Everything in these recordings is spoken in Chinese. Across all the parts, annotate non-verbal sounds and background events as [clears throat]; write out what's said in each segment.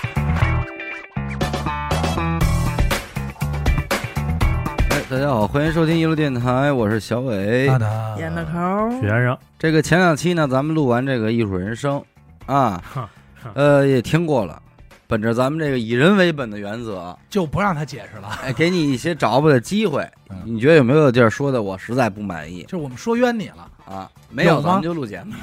哎大家好，欢迎收听一路电台，我是小伟。大大演的抠，许先生，这个前两期呢，咱们录完这个艺术人生啊，呃，也听过了。本着咱们这个以人为本的原则，就不让他解释 [laughs] 了，哎，给你一些找补的机会嗯。你觉得有没有地儿说的我实在不满意就是我们说冤你了，啊？没有，有吗咱们就录节目。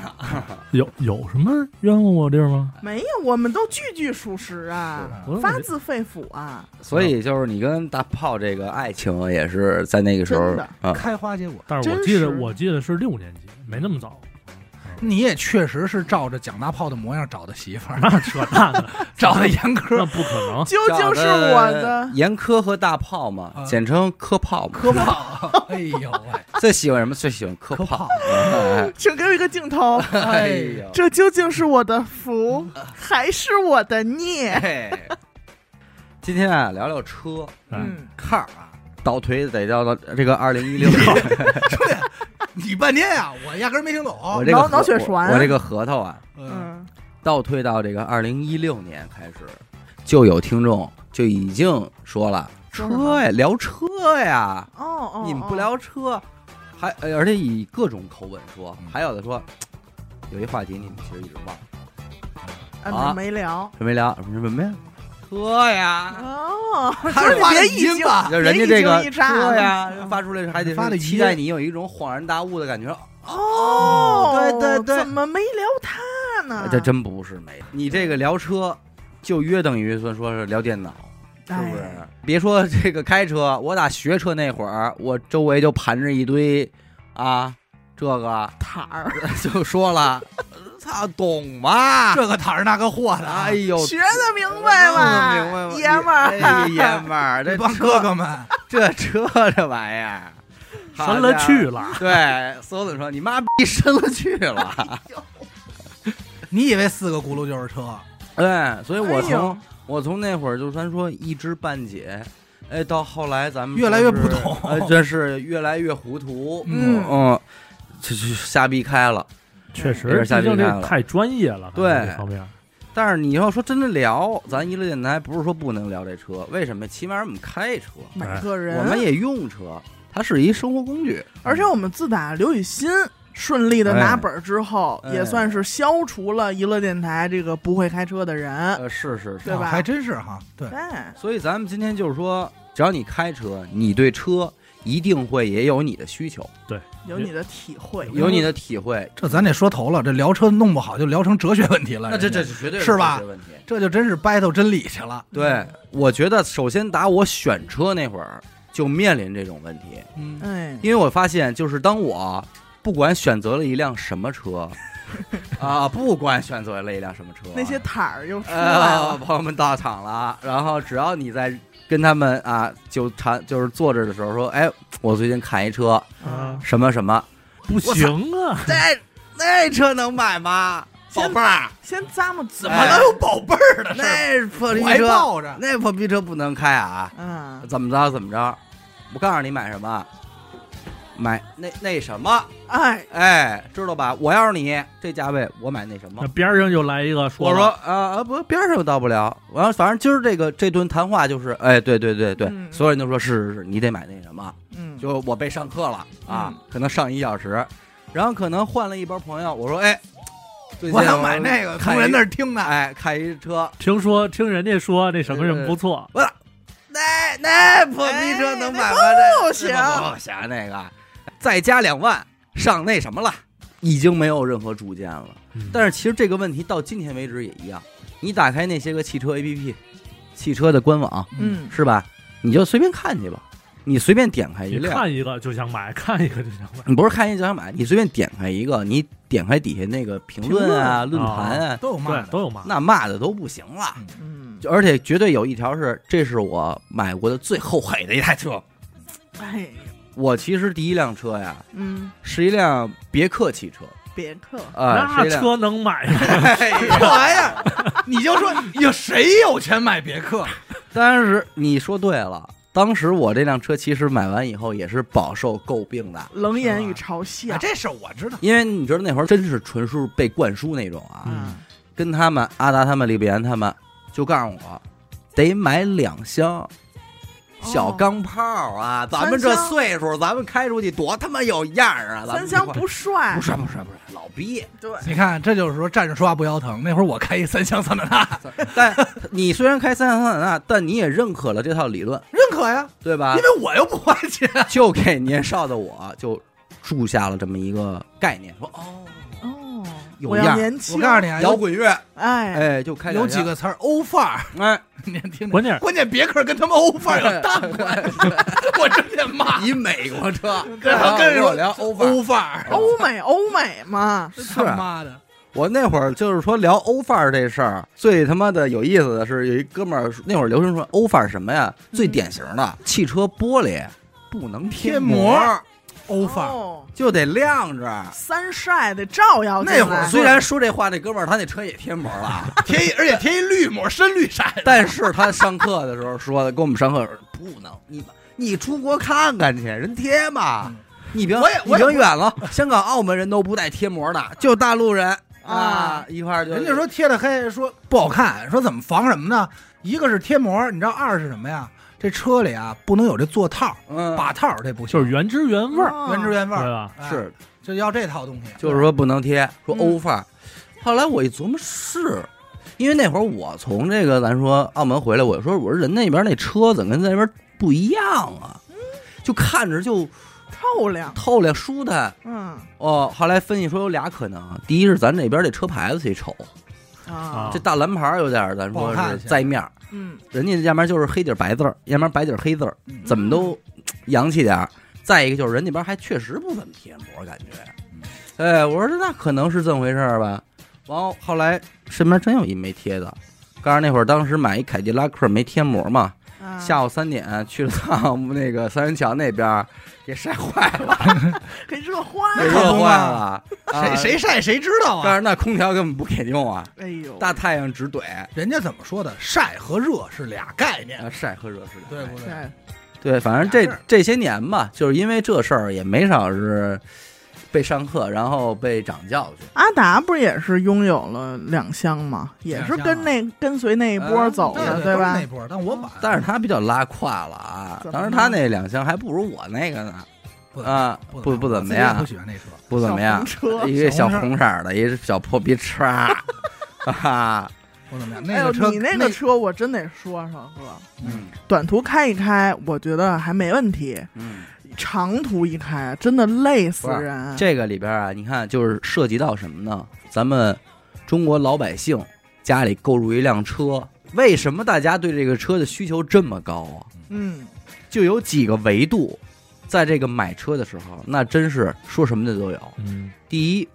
有有什么冤枉我地儿吗？没有，我们都句句属实啊，我发自肺腑啊，所以就是你跟大炮这个爱情也是在那个时候真的啊，开花结果。但是我记得我记得是六年级，没那么早。 [laughs] 你也确实是照着蒋大炮的模样找的媳妇儿，那扯淡的， [laughs] 找的严啊那苛不可能。究竟是 [laughs] 我的，严苛和大炮嘛，啊简称科炮嘛。科炮。哎呦喂，最喜欢什么？最喜欢科科炮炮。哎请给我一个 [laughs] 镜头， [laughs] 哎哎呦，这究竟是我的福还是我的孽？哎今天啊，聊聊车嗯，嗯，坎儿啊，倒推得到到这个二零一六，兄弟，你半天呀，我压根儿没听懂。我这个脑核脑血栓我我这个核桃啊，嗯，嗯，倒推到这个二零一六年开始，就有听众就已经说了说什车么呀，聊车呀，哦哦，你们哦不，聊车，还呃而且以各种口吻说，嗯还有的说。有一话题你们其实一直忘了，啊啊，没聊，什么没聊什么什么呀？车呀，哦， [laughs] 还就是是发别的一音惊吧，就人家这个别一惊一乍车呀嗯发出来还得发是的期音待你有一种恍然大悟的感觉，啊哦，对对对哎怎么没聊他哎呢？这真不是没你这个聊车，就约等于算说是聊电脑，是不是？哎别说这个开车，我打学车那会儿，我周围就盘着一堆啊，这个塔儿？就说 [laughs] 了，操，懂吗？这个躺着那个货的啊，嗯哎呦，学的明白嗯明白吗？吗？爷们儿，哎爷们 [laughs] 儿，这这帮哥哥们，这车这玩意儿，好删了家伙去。了， [laughs] 对，所有的说你妈逼深了去了， [laughs] 你以为四个轱辘就是车？ [laughs] 对，所以我哎从呦我从那会儿就咱说一知半解，哎，到后来咱们越来说越是不懂哎，真是越来越糊涂，嗯嗯，这这瞎逼开了。确实，有点下毕地竟干了这太专业了，对这方面但是你要说真的聊，咱一路电台不是说不能聊这车，为什么？起码我们开车，每个人，哎啊我们也用车，它是一生活工具。而且我们自打刘雨欣顺利的拿本儿之后，哎哎哎也算是消除了娱乐电台这个不会开车的人。呃，是是是对。吧哦还真是哈，呃对，哎，所以咱们今天就是说，只要你开车，你对车一定会也有你的需求，有你的体会，有你的体会。这咱得说头了，这聊车弄不好就聊成哲学问题了。那这人家这绝对是吧这问题。这就真是 battle 真理去了。对，我觉得首先打我选车那会儿就面临这种问题，嗯，哎，因为我发现就是当我不管选择了一辆什么 [laughs] 车，啊，不管选择了一辆什么车，那些塔儿又出来呃 [laughs] 了。朋友们到场了，然后只要你在跟他们啊纠缠就是坐着的时候说，哎，我最近看一车啊嗯，什么什么，不行啊，那那车能买吗？宝贝儿，先咂摸怎怎哎么能有宝贝儿的事儿？那破逼我还车，抱着，那破逼车不能开啊！嗯怎么着怎么着，我告诉你买什么，买那那什么，哎，哎，知道吧？我要是你这价位，我买那什么那。边上又来一个说我说啊啊不，边上到不了。完了，反正今儿这个这顿谈话就是，哎，对对对对，嗯所有人都说是是是，你得买那什么。嗯，就我被上课了啊，嗯可能上一小时，然后可能换了一波朋友，我说哎，最近我想买那个，看从人一那儿听的。哎，看一车，听说听人家说那什么人不错，那那破逼车能买吗？这哎不行这不行，那个再加两万上那什么了，已经没有任何主见了。嗯但是其实这个问题到今天为止也一样，你打开那些个汽车 APP、汽车的官网嗯，是吧？你就随便看去吧，你随便点开一你辆，看一个就想买，看一个就想买，你不是看一就想买，你随便点开一个，你点开底下那个评论啊、评论论坛啊，都有骂对，的，都有嘛。那骂的都不行了。嗯，就而且绝对有一条是，这是我买过的最后悔的一台车。哎，我其实第一辆车呀，嗯，是一辆别克汽车别克，啊，是那一辆车能买啊吗？[laughs] 这玩意儿，你就说有谁有钱买别克？哎但是你说对了，当时我这辆车其实买完以后也是饱受诟病的，冷眼与嘲笑啊，这事儿我知道。因为你知道那会儿真是纯属被灌输那种啊，嗯，跟他们阿达他们、李碧岩他们就告诉我，得买两厢，嗯哦小钢炮啊，咱们这岁数，咱们开出去多他妈有样儿啊！咱三们香不帅不，帅不帅不帅，老逼，对，你看这就是说站着说话不腰疼。那会儿我开一三厢桑塔纳，但你虽然开三厢桑塔纳，但你也认可了这套理论， [laughs] 认可呀，对吧因？为我又不花钱。就给年少的我就注下了这么一个概念，说哦，哦，有我样要儿年轻，我告诉你啊，摇滚乐哎，哎，就开有两几个词儿欧范儿，家哎，你听听。关键是关键别克跟他们欧范儿有大关系，我真得骂。以美国车，跟他跟人我说聊欧范儿，欧范儿，欧美欧美嘛，真他妈的，我那会儿就是说聊欧范儿这事儿，最他妈的有意思的是，有一哥们儿那会儿流行说欧范儿什么呀？最典型的汽车玻璃不能贴膜，欧范儿，哦就得亮着。三晒得照耀进来嗯那会儿虽然说这话，那哥们儿他那车也贴膜了，贴一而且贴一绿膜，深绿色的。 [laughs] 但是他上课的时候说的，跟我们上课的时候不能，你你出国看看去，人贴嘛嗯。你别我也你我也别远了，香港、澳门人都不带贴膜的，就大陆人啊啊，一块儿就人家说贴的黑，说不好看，说怎么防什么呢？一个是贴膜，你知道二是什么呀？这车里啊不能有这座套、嗯，把套，这不行 [laughs] 就是原汁原味儿，哦原汁原味对儿，吧？哎是就要这套东西。就是说不能贴，说嗯欧范儿。后来我一琢磨是，因为那会儿我从这个咱说澳门回来，我说我说人那边那车怎么跟在那边不一样啊？嗯就看着就透亮，透亮舒坦嗯哦。后来分析说有俩可能，第一是咱这边这车牌子忒丑，啊啊这大蓝牌儿有点儿咱不好说看是现在在面儿，嗯人家要不然就是黑底儿白字儿，要不然白底儿黑字儿，嗯怎么都洋气点儿。再一个就是人那边还确实不怎么贴膜，感觉。嗯哎，我说那可能是这么回事儿吧。完后后来身边真有一没贴的，告诉那会儿当时买一凯迪拉克没贴膜嘛，啊下午三点去了趟那个三元桥那边儿，给晒坏 [laughs] 了，给热花给那热可了，坏啊了。谁 [laughs] 谁晒谁知道啊但啊？是那空调根本不给用啊，哎呦，大太阳直怼，人家怎么说的？晒和热是俩概念，啊晒和热是两对回事不对？对对，反正这俩事儿这些年吧，就是因为这事儿也没少是被上课，然后被长教训。阿达不是也是拥有了两箱啊嗯吗？也是跟那跟随那一波走对的，对都是吧那？波儿，但我晚，但是他比较拉胯了啊，怎么当时他那两箱还不如我那个呢，不怎么啊，不不怎么我自己也不样，喜欢那车。不怎么样哎小红，车一个小小红车红色儿的，一个小破皮叉，哈哈，不怎么样，哎那呦，个车你那个车我真得说说哥，嗯短途开一开，我觉得还没问题，嗯，长途一开真的累死不是人。这个里边啊，你看就是涉及到什么呢？咱们中国老百姓家里购入一辆车，为什么大家对这个车的需求这么高啊？嗯，就有几个维度，在这个买车的时候，那真是说什么的都有。嗯，第一，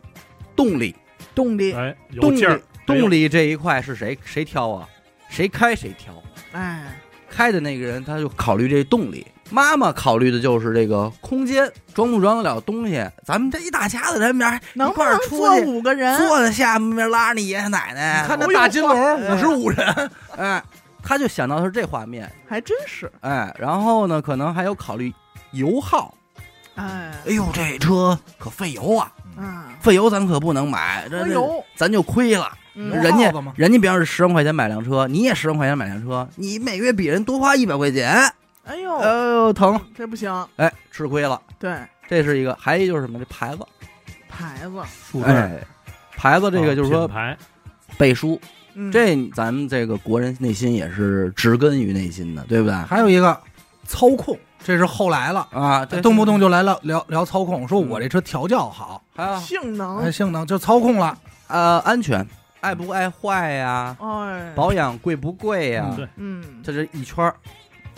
动力，动力，哎，有动力劲儿，，动力这一块是谁谁挑啊？谁开谁挑，哎，开的那个人他就考虑这动力。妈妈考虑的就是这个空间，装不装得了东西。咱们这一大家子人面儿能一不块儿能出坐去，五个人？坐在下面拉着你爷爷奶奶，啊你看那我大金龙哎五十五 [laughs] 人，哎，他就想到是这画面，还真是，哎，然后呢，可能还有考虑油耗。哎哎呦，这车可费油啊！啊，费油咱可不能买，这喝这油，咱就亏了。嗯人家耗子嘛人家比方是十万块钱买辆车，你也十万块钱买辆车，你每月比人多花一百块钱，哎哦呦，哎呦疼，这不行，哎吃亏了。对，这是一个，还有一就是什么？这牌子，牌子，数字儿，哎，牌子这个就是啊说品牌背书，嗯，这咱们这个国人内心也是植根于内心的，对不对？还有一个操控，这是后来了，啊，对，动不动就来了聊聊操控，说我这车调教好，还有性能还，哎性能就操控了，呃安全，爱不爱坏呀，嗯哎，保养贵不贵哎呀嗯，对嗯，这是一圈儿。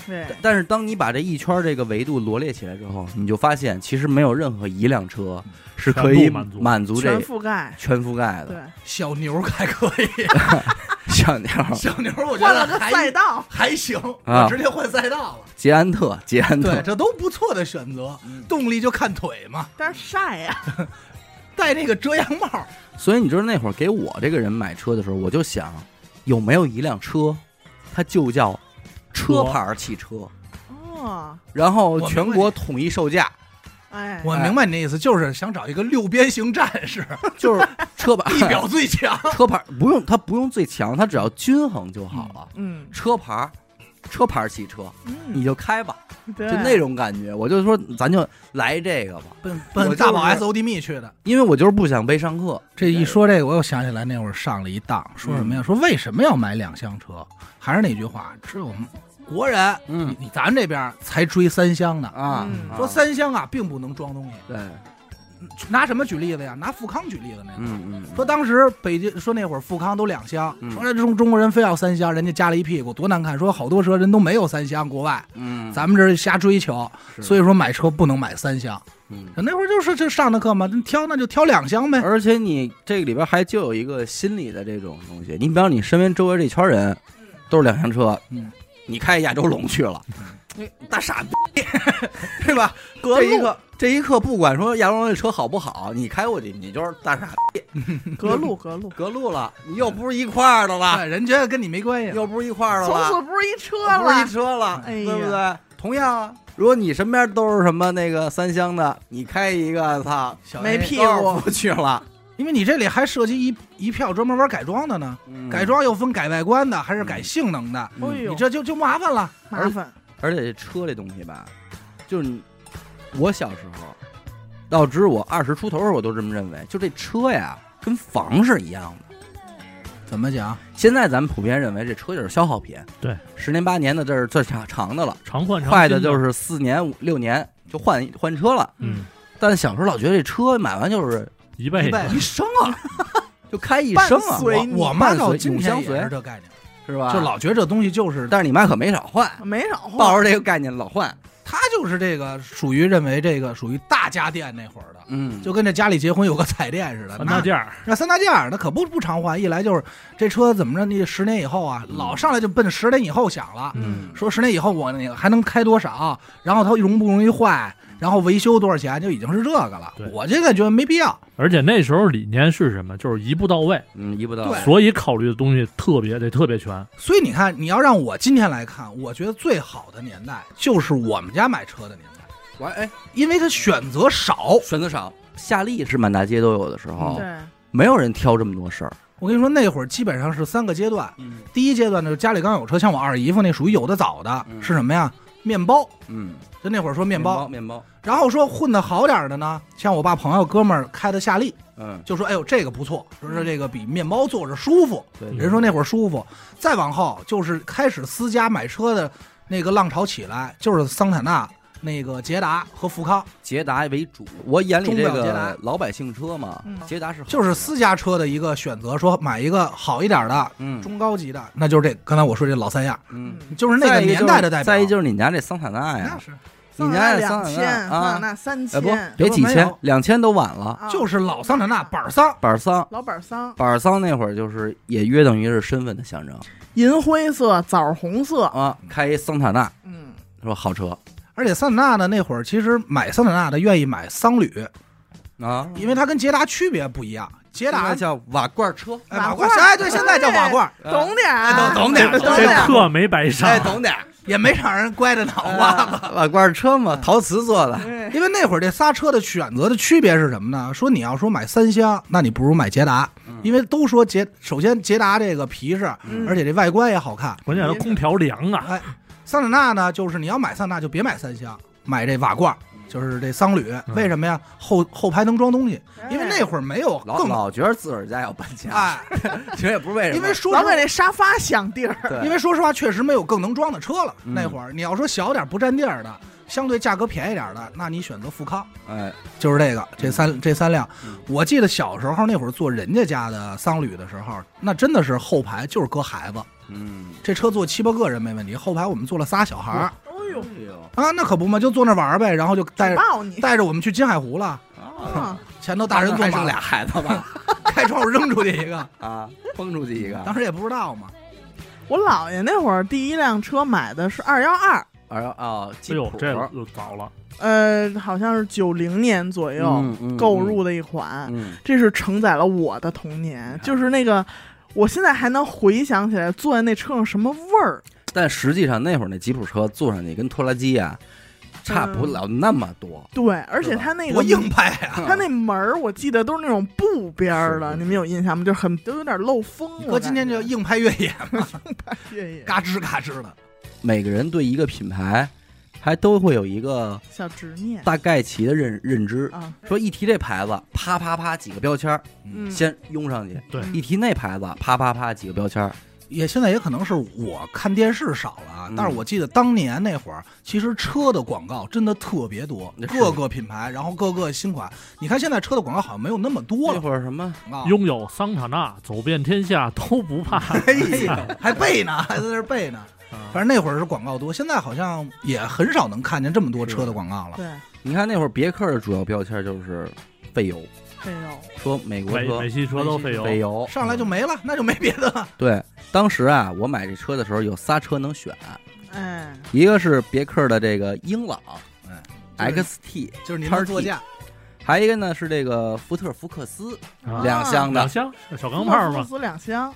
对，但是当你把这一圈儿这个维度罗列起来之后，你就发现其实没有任何一辆车嗯是可以全部满足满足这全覆盖，全覆盖的。对，小牛还可以，小鸟儿、小牛我觉换了得个还赛道，还行，啊嗯我直接换赛道了。捷安 [laughs] 特、捷安对，特，这都不错的选择。动力就看腿嘛，但是晒呀、戴那个遮阳帽，所以你知道那会儿给我这个人买车的时候，我就想，有没有一辆车，它就叫车牌儿汽车，哦，然后我全明白国统一售 [laughs] 价，哎，我明白你的意思，就是想找一个六边形战士，就是车牌地表最强。车牌儿不用它不用最强，它只要均衡就好了。嗯，车牌儿车牌汽车，嗯，你就开吧，对就那种感觉。我就说咱就来这个吧，奔我奔就是大宝 S O D M 去的。因为我就是不想背上课。这一说这个，我又想起来那会儿上了一当，说什么呀？说为什么要买两厢车？还是那句话，只有国人，嗯你咱这边儿才追三厢呢。啊嗯，啊说三厢啊，并不能装东西。对，拿什么举例子呀？拿富康举例子那个。嗯嗯，说当时北京说那会儿富康都两厢，嗯说这中中国人非要三厢，人家加了一屁股，多难看。说好多车人都没有三厢，国外嗯，咱们这儿瞎追求，所以以说买车不能买三厢。嗯那会儿就是这上的课嘛，那挑那就挑两厢 [laughs] 呗。而且你这个里边还就有一个心理的这种东西，你比方你身边周围这圈嗯人都是两厢车，嗯，你开亚洲龙去了，嗯大傻逼， [laughs] 对吧？隔这一路刻，这一刻不管说亚洲龙这车好不好，你开过去你就是大傻逼，隔路隔路，隔路了，你又不是一块儿的了，对，哎人家跟你没关系。啊又不是一块儿的哎从了，此不是一车啊不是一了，车了，哎对不对呀？同样啊，如果你身边都是什么那个三厢的，你开一个，操，小没 A 屁高尔股，夫去了，因为你这里还涉及一一票专门玩改装的呢，嗯改装又分改外观的还是改性能的，嗯哎你呦，这就就麻烦了。麻烦，而且这车这东西吧，就是你我小时候，到知我二十出头的时候，我都这么认为，就这车呀跟房是一样的。怎么讲？现在咱们普遍认为这车就是消耗品，对，十年八年的这是最长长的了，常换常快新的的就是四年五六年就换换车了。嗯但小时候老觉得这车买完就是一辈子一辈一生啊， [laughs] 就开一生啊伴，随我你我妈伴随到今永天相也是随这概念，是吧？啊就，老觉得这东西就是但是你妈可没少换，没少抱换，着这个概念老换，他就是这个属于认为这个属于大家电那会儿的，嗯，就跟这家里结婚有个彩电似的。三大件儿，那，那三大件儿，那可不不常换。一来就是这车怎么着，你十年以后啊，老上来就奔十年以后想了，嗯，说十年以后我那个还能开多少，然后它容不容易坏，然后维修多少钱，就已经是这个了对。我这个觉得没必要。而且那时候理念是什么？就是一步到位，嗯一步到对位，所以考虑的东西特别得特别全。所以你看，你要让我今天来看，我觉得最好的年代就是我们家买车的年代，完哎，因为它选择少。选择少，夏利是满大街都有的时候，对，嗯没有人挑这么多事儿。我跟你说，那会儿基本上是三个阶段，嗯第一阶段呢，就是家里刚有车，像我二姨夫那属于有的早的，嗯是什么呀？面包，嗯，就那会儿说面面包。面包，然后说混的好点儿的呢，像我爸朋友哥们儿开的夏利，嗯，就说哎呦这个不错，说是这个比面包坐着舒服。对，嗯人说那会儿舒服。再往后就是开始私家买车的那个浪潮起来，就是桑塔纳、那个捷达和富康，捷达为主。我眼里这中表捷达个老百姓车嘛嗯，捷达是好就是私家车的一个选择。说买一个好一点儿的、嗯中高级的，那就是这刚才我说这老三样，嗯，就是那再个一年就是代的代表。哎再一就是你家这桑塔纳那呀，是你家那这桑两塔千，纳放啊，那三哎不千，，别这几不是没千有，两千都晚了。啊就是老桑塔纳板儿桑。板桑，老板桑，板桑那会儿就是也约等于是身份的象征银灰色、枣红色，啊，开一桑塔纳，嗯，说好车而且桑塔纳呢，那会儿其实买桑塔纳的愿意买桑旅，嗯啊，因为它跟捷达区别不一样。捷捷达达叫瓦罐车，哎瓦瓦罐罐哎，对，现在叫瓦罐，哎懂点儿啊，懂懂点儿懂这点儿课没白上哎，，懂点儿，也没让人乖着脑瓜子。哎瓦罐车嗯嘛，陶瓷做的，对因为那会儿这仨车的选择的区别是什么呢？说你要说买三厢，那你不如买捷达，因为都说捷，首先捷达这个皮实，嗯而且这外观也好看。关键它空调凉啊，哎，桑塔纳呢，就是你要买桑塔纳就别买三厢，买这瓦罐，嗯就是这桑旅。为什么呀？后后排能装东西，哎因哎为那会儿没有老更老觉得自个儿家要搬家， [laughs] 哎，其实也不是为什么，因为说老实给那沙发想地儿，对，因为说实话，确实没有更能装的车了。嗯那会儿你要说小点儿不占地儿的，相对价格便宜点儿的，那你选择富康，哎，就是这个这三这三辆嗯。我记得小时候那会儿坐人家家的桑旅的时候，那真的是后排就是搁孩子，嗯，这车坐七八个人没问题，后排我们坐了仨小孩儿哎哎呦，呦，啊，那可不嘛，就坐那玩儿呗，然后就带着抱你， [laughs] 带着我们去金海湖了，啊，前头大人坐还满生俩了，孩子吧？开窗户扔出去一个， [laughs] 啊，崩出去一个，当时也不知道嘛。我姥爷那会儿第一辆车买的是二幺二，哎呦啊，吉哎呦普，这又早了，呃，好像是九零年左右嗯嗯购哎入的一款，嗯，这是承载了我的童年，就是那个，我现在还能回想起来坐在那车上什么味儿，但实际上那会儿那吉普车坐上去跟拖拉机啊差不了那么多，对，而且是吧它那多个硬派啊！它啊那门儿，我记得都是那种布边儿是的，是你们有印象吗？就是很都有点漏风。你哥今天就硬派越野，越野，嘎吱嘎吱的。每个人对一个品牌还都会有一个小执念大概齐的认认知。啊，说一提这牌子，啪啪啪几个标签儿，嗯，先拥上去；对一提那牌子，啪啪啪几个标签儿。也现在也可能是我看电视少了啊嗯，但是我记得当年那会儿，其实车的广告真的特别多那，是各个品牌，然后各个新款。你看现在车的广告好像没有那么多那了会儿什么？啊，拥有桑塔纳，走遍天下都不怕。 [laughs] 哎呀，还背呢，还在那儿 [laughs] 背呢。 [laughs] 反正那会儿是广告多，现在好像也很少能看见这么多车的广告了。对，你看那会儿别克的主要标签就是费油，没有，说美国每车每汽车都费油，费油。上来就没了，那就没别的了。对，当时啊，我买这车的时候有仨车能选，哎，一个是别克的这个英朗哎，就是 XT，就是您的座驾，还有一个呢是这个福特福克斯啊两厢两的厢小钢福炮克斯嘛，福两厢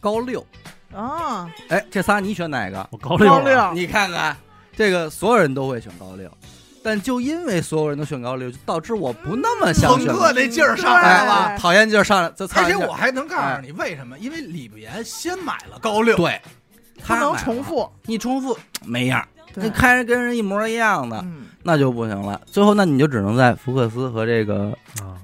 高六。啊，哎，这仨你选哪个？我高高六啊六你看看，这个所有人都会选高六，但就因为所有人都选高六，就导致我不那么想朋选。克那劲儿上来哎了。对讨厌劲儿上 [laughs] 来，这而操且劲儿我还能告诉你为什么，因为李不言先买了高六，对，不他能买重了，啊复，你重复没样儿，对那，开着跟人一模一样的，嗯，那就不行了。最后，那你就只能在福克斯和这个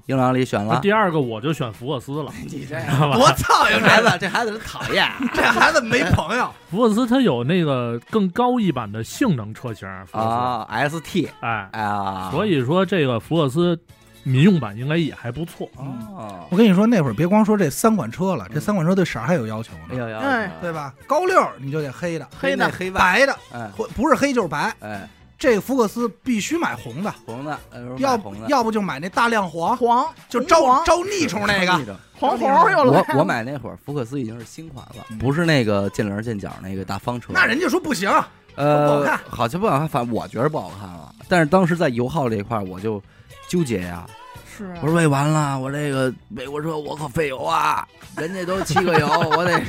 英朗里选那啊了。第二个我就选福克斯了，你这知道吧？多操这呀！ [laughs] 孩子，这孩子真讨厌啊！这孩子没朋友，福克斯它有那个更高一版的性能车型，福克啊，ST 斯，哎，啊，所以说这个福克斯民用版应该也还不错。哦我，跟你说，那会儿别光说这三款车了，这三款车对色儿还有要求哎呢，呦呦，哎对？吧？高六你就得黑的、黑的黑外，白的，哎或不是黑就是白。哎，这福克斯必须买红的，红的，呃不是要买红的，要不就买那大亮黄，黄就红招黄招逆虫那 [laughs] 个。个。黄红又来我了，我买那会儿福克斯已经是新款了，不是那个见棱见角那个大方车。嗯那人家说不行，呃，不好看好像不好看，反正我觉得不好看了。但是当时在油耗这一块儿，我就纠结呀、是啊我说喂完了，我这个美国车我可费油啊，人家都七个油，我 [laughs] 得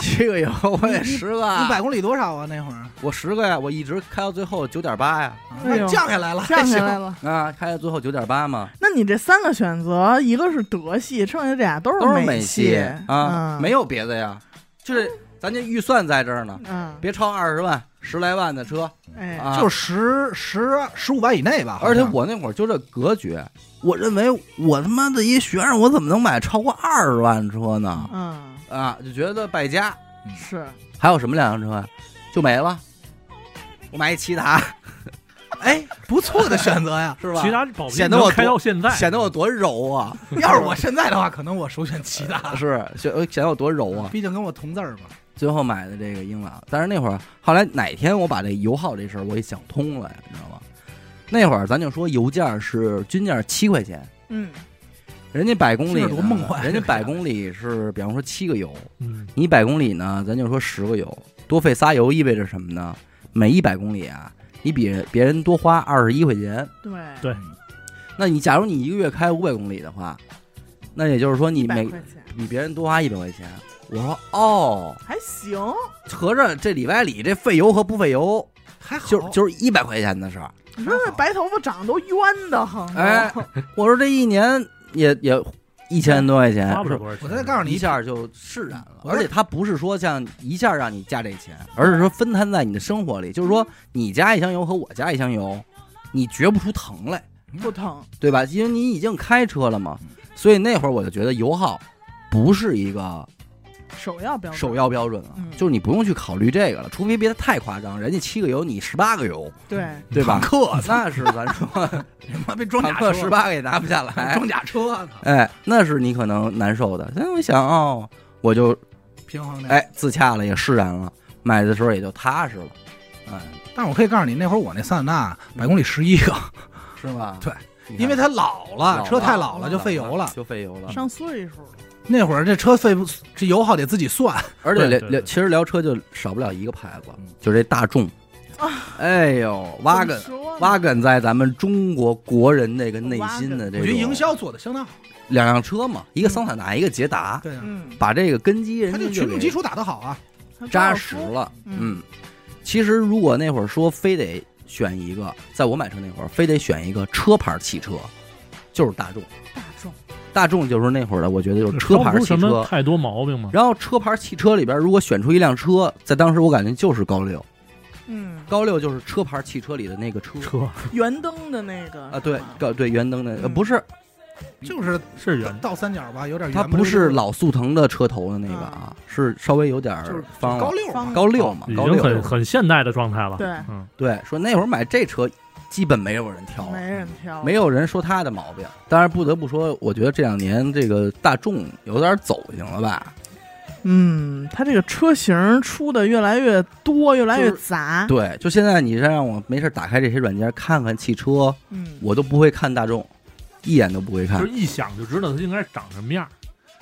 七个油，我得十个啊，一百公里多少啊？那会儿我十个呀，我一直开到最后九点八呀，哎呦那降下来了，降下还 [laughs] 来行了。啊，开到最后九点八嘛，那你这三个选择，一个是德系，剩下这俩都都是美美系啊，嗯没有别的呀，就是咱这预算在这儿呢，嗯，别超二十万，十来万的车哎，啊，就十十十五万以内吧。好像而且我那会儿就这格局，我认为我他妈的一学生，我怎么能买超过二十万车呢？嗯，啊，就觉得败家。是还有什么两辆车啊？就没了。我买一骐 [laughs] 达，。哎，不错的选择呀是吧？其他保不齐显得我能开到现在，显得我多柔 [laughs] 啊！要是我现在的话，可能我首选骐达，是显显得我多柔啊！毕竟跟我同字儿嘛。最后买的这个英朗，但是那会儿后来哪天我把这油耗这事儿我也想通了呀，你知道吗？那会儿咱就说油价是均价七块钱，嗯，人家百公里这呢多梦幻啊人家这个百公里是比方说七个油，嗯，你一百公里呢，咱就说十个油，多费仨油意味着什么呢？每一百公里啊，你比别人多花二十一块钱。对对那你假如你一个月开五百公里的话，那也就是说你一百每块钱比别人多花一百块钱。我说哦，还行，合着这里外里这费油和不费油，还好，就就是一百块钱的事儿。你说那白头发长得都冤的很，哎我说这一年也也一千多块钱花，不了多少钱。我再告诉你一下就释然了。我而且它不是说像一下让你加这钱，而是说分摊在你的生活里，就是说你加一箱油和我加一箱油，你觉不出疼来， [laughs] 不疼，对吧？因为你已经开车了嘛，所以那会儿我就觉得油耗不是一个首要标准，首要标准了嗯，就是你不用去考虑这个了，除非别的太夸张，人家七个油你十八个 [laughs] 油，对，嗯对吧坦？[laughs] 克，那是咱说他妈啊被装坦甲克车十八个也拿不下来，装甲车，操哎，那是你可能难受的。现在我一想哦，我就平衡嗯的。，哎，自洽了，也释然了，买的时候也就踏实了，哎，但是我可以告诉你，那会儿我那桑塔纳百公里十一个，是吧？对你看，因为它老老了，了车太老老了就费油了。就费油了。上岁数了，那会儿这车费不这油耗得自己算，而且对聊对聊，对其实聊车就少不了一个牌子嗯，就是这大众啊。哎呦，挖梗怎么说呢挖梗在咱们中国国人这个内心的这我觉个得营销做的相当好。两辆车嘛，一个桑塔纳，一个捷达，对啊，嗯，把这个根基人它家这个群就众给基础打得好啊。他高扎尔实夫，了。嗯嗯，其实如果那会儿说非得选一个，在我买车那会儿非得选一个车牌汽车，就是大众。大众，大众就是那会儿的，我觉得就是车牌出汽什么车。太多毛病吗？然后车牌汽车里边，如果选出一辆车，在当时我感觉就是高六，嗯，高六就是车牌汽车里的那个 [laughs] 车车圆灯的那个啊，对是吗，高对圆灯的，呃，嗯不是，就是是圆倒三角吧，有点圆它吧不是，老速腾的车头的那个啊，是稍微有点就是就是方高了，六嘛方高六嘛已，高经很六，很现代的状态了。对嗯，对，说那会儿买这车基本没有人挑，嗯没人挑，没有人说他的毛病。当然不得不说，我觉得这两年这个大众有点走形了吧？嗯，它这个车型出的越来越多，越来越杂。对，就现在你再让我没事打开这些软件看看汽车，嗯，我都不会看大众，一眼都不会就看是。一想就知道它应该长什么样。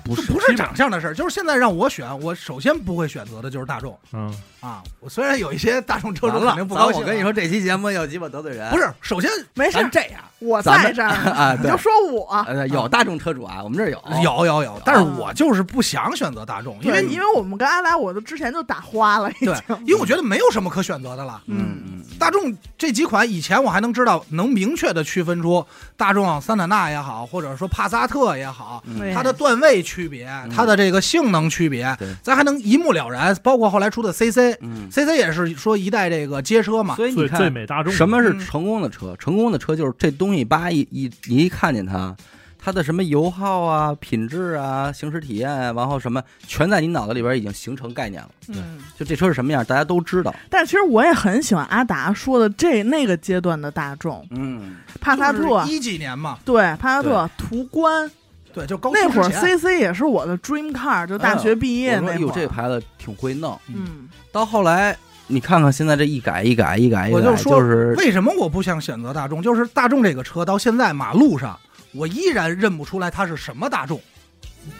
不这是不基是本长相的事儿，就是现在让我选，我首先不会选择的就是大众嗯，啊。我虽然有一些大众车主完肯了定不高咱兴，啊我跟你，说，这期节目有鸡巴得罪人。不是，首先没事咱儿，这样，我咱在们这儿， [laughs] 啊，你对就，说我，呃有大众车主啊，我们这儿有有有哦有，但是我就是不想选择大众，因对，为因为我们跟阿达，我都之前就打花了，已经对，因为我觉得没有什么可选择的了。嗯嗯，大众这几款以前我还能知道，能明确的区分出大众桑塔纳也好，或者说帕萨特也好，嗯对它的段位区别，它的这个性能区别对，咱还能一目了然。包括后来出的 CC，CC 嗯，也是说一代这个街车嘛，所以你最最看美大众什么是嗯成功的车？成功的车就是这东西吧，一一你一看见它，它的什么油耗啊、品质啊、行驶体验啊，然后什么，全在你脑子里边已经形成概念了。嗯，就这车是什么样，大家都知道。但其实我也很喜欢阿达说的这那个阶段的大众，嗯，帕萨特，一几年嘛，对，帕萨特、途观，对，就高速那会儿之前 CC 也是我的 dream car，就大学毕业嗯我说那会哟，儿，这牌子挺会弄。嗯，到后来你看看现在这一改一改一改一我改，就说是为什么我不想选择大众？就是大众这个车到现在马路上，我依然认不出来它是什么大众，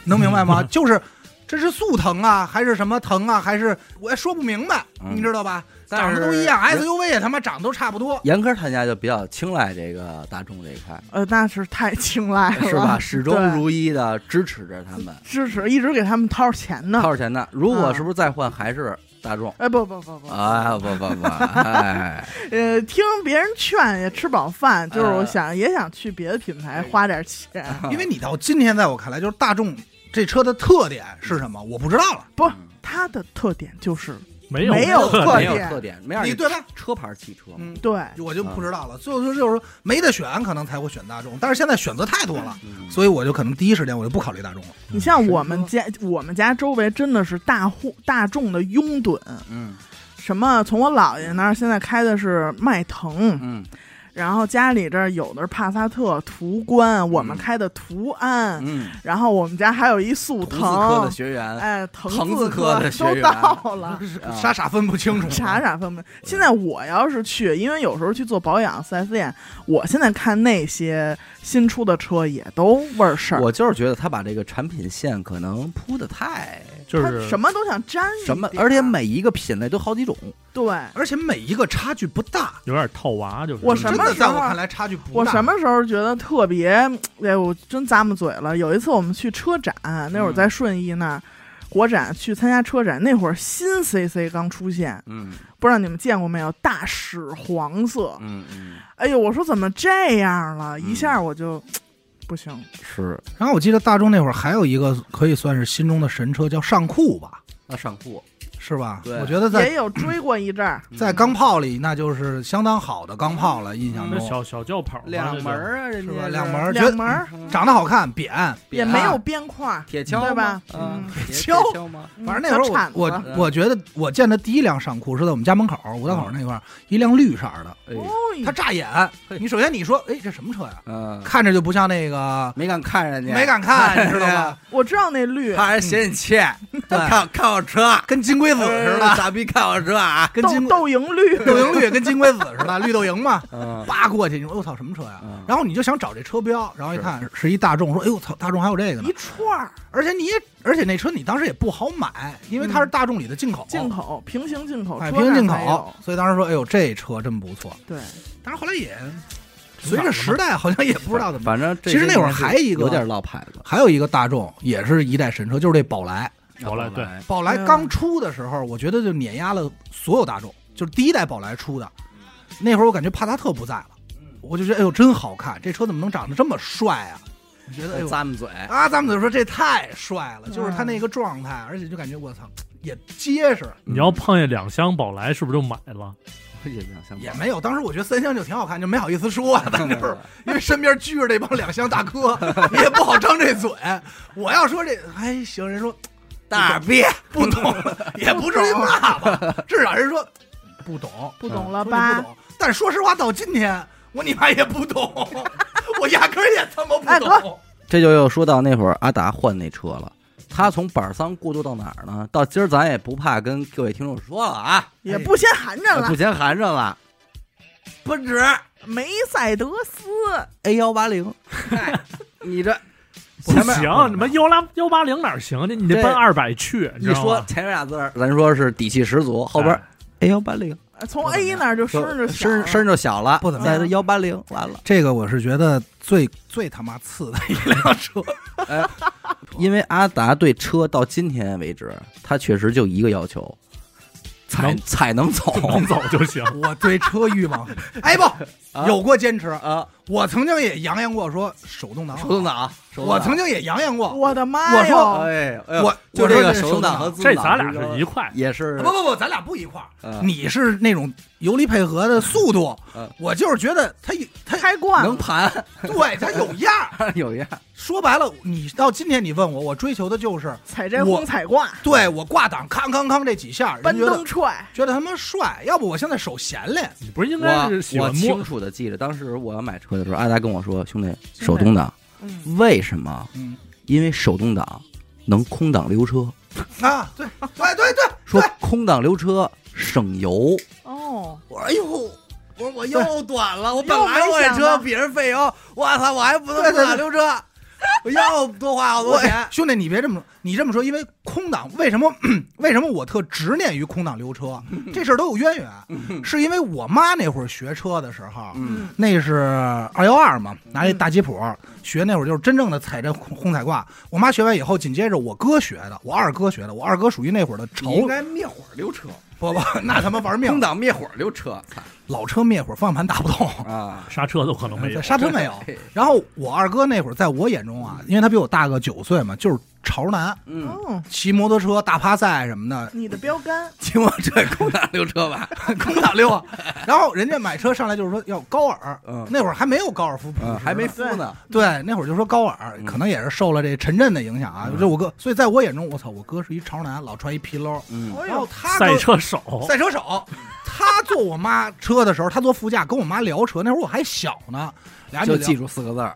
能明白吗？嗯就是这是速腾啊，还是什么腾啊，还是我也说不明白，嗯你知道吧？但长是得都一样人啊，SUV 啊也他妈长得都差不多。严哥他家就比较青睐这个大众这一 [laughs] 块，呃，那是太青睐了，是 [laughs] 吧？始终对如一的支持着他们，支持，一直给他们掏钱呢掏，着钱呢。如果啊是不是再换还是大众？哎，不不不不，啊不不不，哎，呃，听别人劝也吃饱饭，就是呃我想也想去别的品哎牌花点钱，啊因为你到今天，在我看来，就是大众这车的特点是什么，我不知道了。不，它的特点就是嗯没有没有特特没点有点特点，没让你对吧？车牌汽车嘛，嗯，对，我就不知道了。所以说，就是说没得选，可能才会选大众。但是现在选择太多了，嗯所以我就可能第一时间我就不考虑大众了。你像我们家，我们家周围真的是大户大众的拥趸，嗯什么从我姥爷那儿现在开的是迈腾，嗯然后家里这儿有的是帕萨特、途观，我们嗯开的途安，嗯，然后我们家还有一速投资科腾的，学员，哎，腾腾字字科的学都员 [laughs] 到了。啊傻傻分不清楚，傻傻分分。现在我要是去，因为有时候去做保养、4S 店，我现在看那些新出的车也都味儿事儿，我就是觉得他把这个产品线可能铺的太就他是什么都想沾一什么，点儿而且每一个品类都好几种，对。而且每一个差距不大。有点套娃，就是我什真么的，时在候啊我看来差距不我大。什么时候觉得特别？哎，我真咂摸嘴了。有一次我们去车展，那会儿嗯在顺义那儿、国展去参加车展，那会儿新 CC 刚出现，嗯不知道你们见过没有？大屎黄色，嗯嗯，哎呦，我说怎么这样了？一嗯下我就、不行，是然后我记得大众那会儿还有一个可以算是心中的神车，叫尚酷吧，那上库是吧？对我觉得在也嗯有追过一阵儿。在钢炮里，那就是相当好的钢炮嗯了，印象那中小小轿跑嘛嗯两门，儿啊，人是吧家两门儿两门儿是长得啊好看，扁。也没有边框儿，铁锹对吧吗啊嗯铁锹铁锹吗？嗯反正那会小儿铲子我我我觉得我见的第一辆尚酷是在我们家门口五道口那块儿，一辆绿色儿的，哎，它哦，扎眼嘿。你首先你说，哎，这什么车呀？嗯，看着就不像那个，没敢看人嗯家，没敢哎看，你知道吧？我知道那绿怕人嫌你欠，看看我车，跟金龟子似哎的，傻逼看我车啊！跟豆金豆蝇绿， [laughs] 豆蝇绿跟金龟子似的，绿豆蝇嘛。嗯叭过去，你说我哎操什么车呀嗯？然后你就想找这车标，然后一看是一大众，说哎呦操，大众还有这个呢一。串儿而且你也，而且那车你当时也不好买，因为它是大众里的嗯进口，进口平行进口，哎，车平行进上才口有，所以当时说哎呦这车真不错。对，但是后来也随着时代，好像也不知道怎么。反正这其实那会儿东西还一个有点落牌子，还有一个大众也是一代神车，就是这宝来。好了，对，宝来嗯刚出的时候，我觉得就碾压了所有大众，就是第一代宝来出的。那会儿我感觉帕萨特不在了，我就觉得哎呦真好看，这车怎么能长得这么帅啊？我觉得哎呦咂巴嘴，啊，咱们就说这太帅了，就是他那个状态，而且就感觉我操，也结实，你嗯要碰见两厢宝来，是不是就买了？哎也没有想也没有。当时我觉得三厢就挺好看，就没好意思说、啊，咱就是因为身边聚着这帮两厢大哥， [laughs] 你也不好张这嘴。我要说这还行，人说大逼， [laughs] 不懂，也不至于骂吧，至少人说不懂，不懂了说你嗯不吧？懂。但是说实话，到今天我你妈也 [laughs] 不懂，我压根儿也他妈哎不哥懂。这就又说到那会儿阿达换那车了。他从板桑过渡到哪儿呢？到今儿咱也不怕跟各位听众说了啊，哎也不嫌寒碜了不，嫌寒碜了。奔驰梅赛德斯 A 幺八零，你这不前面啊行，你们幺拉幺八零哪儿行去？你得奔这二百去。你一知道说吗前面俩字儿，咱说是底气十足，后边哎 A 幺八零呃从 A 那儿就声儿就小声了声就小了，不怎么在样这幺八零完了。这个我是觉得最最他妈次的一辆车，因为阿达对车到今天为止，他确实就一个要求，踩能踩能走 [laughs] 能走就行。我对车欲 [laughs] 望，哎不，有过坚持。啊，我曾经也扬言过说手动挡，手动，挡，啊手动我挡曾经也扬言过，我的我妈说哟！哎哎呦我就我说这个这手动挡和自这动咱挡俩之是间一块，也是啊不不不，咱俩不一块儿。啊你是那种游离配合的速度嗯，我就是觉得他有他开惯能了，盘 [laughs] 对他有样儿。有样，说白了，你到今天你问我，我追求的就是采摘轰采挂，对我挂档康康康这几下，人搬觉得蹬踹，觉得他妈帅。要不我现在手闲嘞，你不是应该我是喜我欢摸清楚的记着，当时我要买车的时候，阿达跟我说：“兄弟，弟手动挡嗯，为什么？嗯因为手动挡能空挡溜车，啊，对对对对，说对空挡溜车省油。”哦，我说哎呦，我说我又短了，我本来我这车比人费油，我操，我还不能自打溜车，哎我要多花好我哎。 [laughs] 兄弟，你别这么，你这么说，因为空档为什么 [clears throat] 为什么我特执念于空档溜车这事儿都有渊 [laughs] 源，是因为我妈那会儿学车的时候，嗯，那是二幺二嘛，拿一大吉普学那会儿就是真正的踩着轰踩挂。我妈学完以后，紧接着我哥学的，我二哥学的，我二哥属于那会儿的潮你应该灭火溜车，不不， [laughs] 那他妈玩空命，挡灭火溜车，操老车灭火，方向盘打不动。啊！刹车都可能 [laughs] 没有。刹车没有对。然后我二哥那会儿，在我眼中啊，因为他比我大个九岁嘛，就是潮男，嗯，哦，骑摩托车、大趴赛什么 [laughs] 的，你的标杆，听我这空挡溜车吧， [laughs] 空挡溜啊。然后人家买车上来就是说要高尔，嗯那会儿还没有高尔夫普嗯，实还没敷呢，对，那会儿就说高尔，嗯可能也是受了这陈震的影响啊。嗯就我哥，所以在我眼中，我操，我哥是一潮男，老穿一皮褛。嗯，哎然后呦，他赛跟车手，赛车手，他坐我妈车的时候，他坐副驾跟我妈聊车，那会儿我还小呢，俩就人记聊住四个字儿，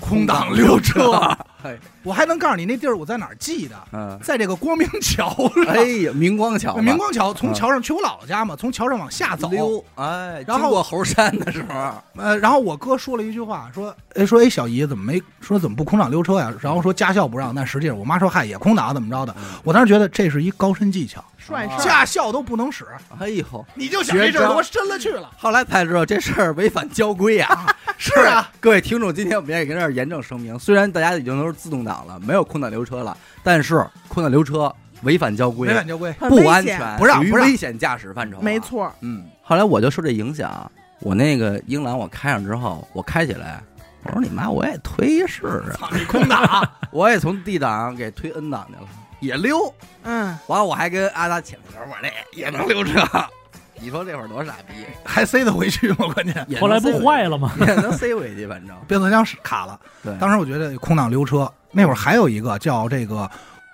空挡溜车。 [laughs] 哎，我还能告诉你那地儿我在哪儿记的，嗯，在这个光明桥上。哎呀，明光桥吧，明光桥嗯从桥上去我姥姥家嘛，从桥上往下走，溜，哎，然后经过猴山的时候，呃，然后我哥说了一句话，说，哎，说哎，小姨怎么没说怎么不空挡溜车呀？然后说驾校不让，但实际上我妈说嗨也空挡怎么着的。嗯我当时觉得这是一高深技巧，帅啊事儿，驾校都不能使，哎呦，你就想这事绝儿招多深了去了。后来才知道这事儿违反交规呀、啊。 [laughs] 是啊，各位听众，今天我们也跟这儿严正声明，虽然大家已经都是自动挡了，没有空挡溜车了，但是空挡溜车违反交规啊违，反交规，很不危安险全，不让属于不让危险驾驶范畴、没，错儿，嗯。后来我就受这影响，我那个英朗我开上之后，我开起来，我说你妈，我也推试 [laughs] 试，啊操你空挡，我也从 D 档给推 N 档去了，也溜。嗯，完了我还跟阿达起来我说我这也能溜车， [laughs] 你说这会儿多傻逼，还塞得回去吗？关键也能后来不塞回去坏了吗？ [laughs] 也能塞回去，反正变速箱是卡了。对当时我觉得空挡溜车，那会儿还有一个叫这个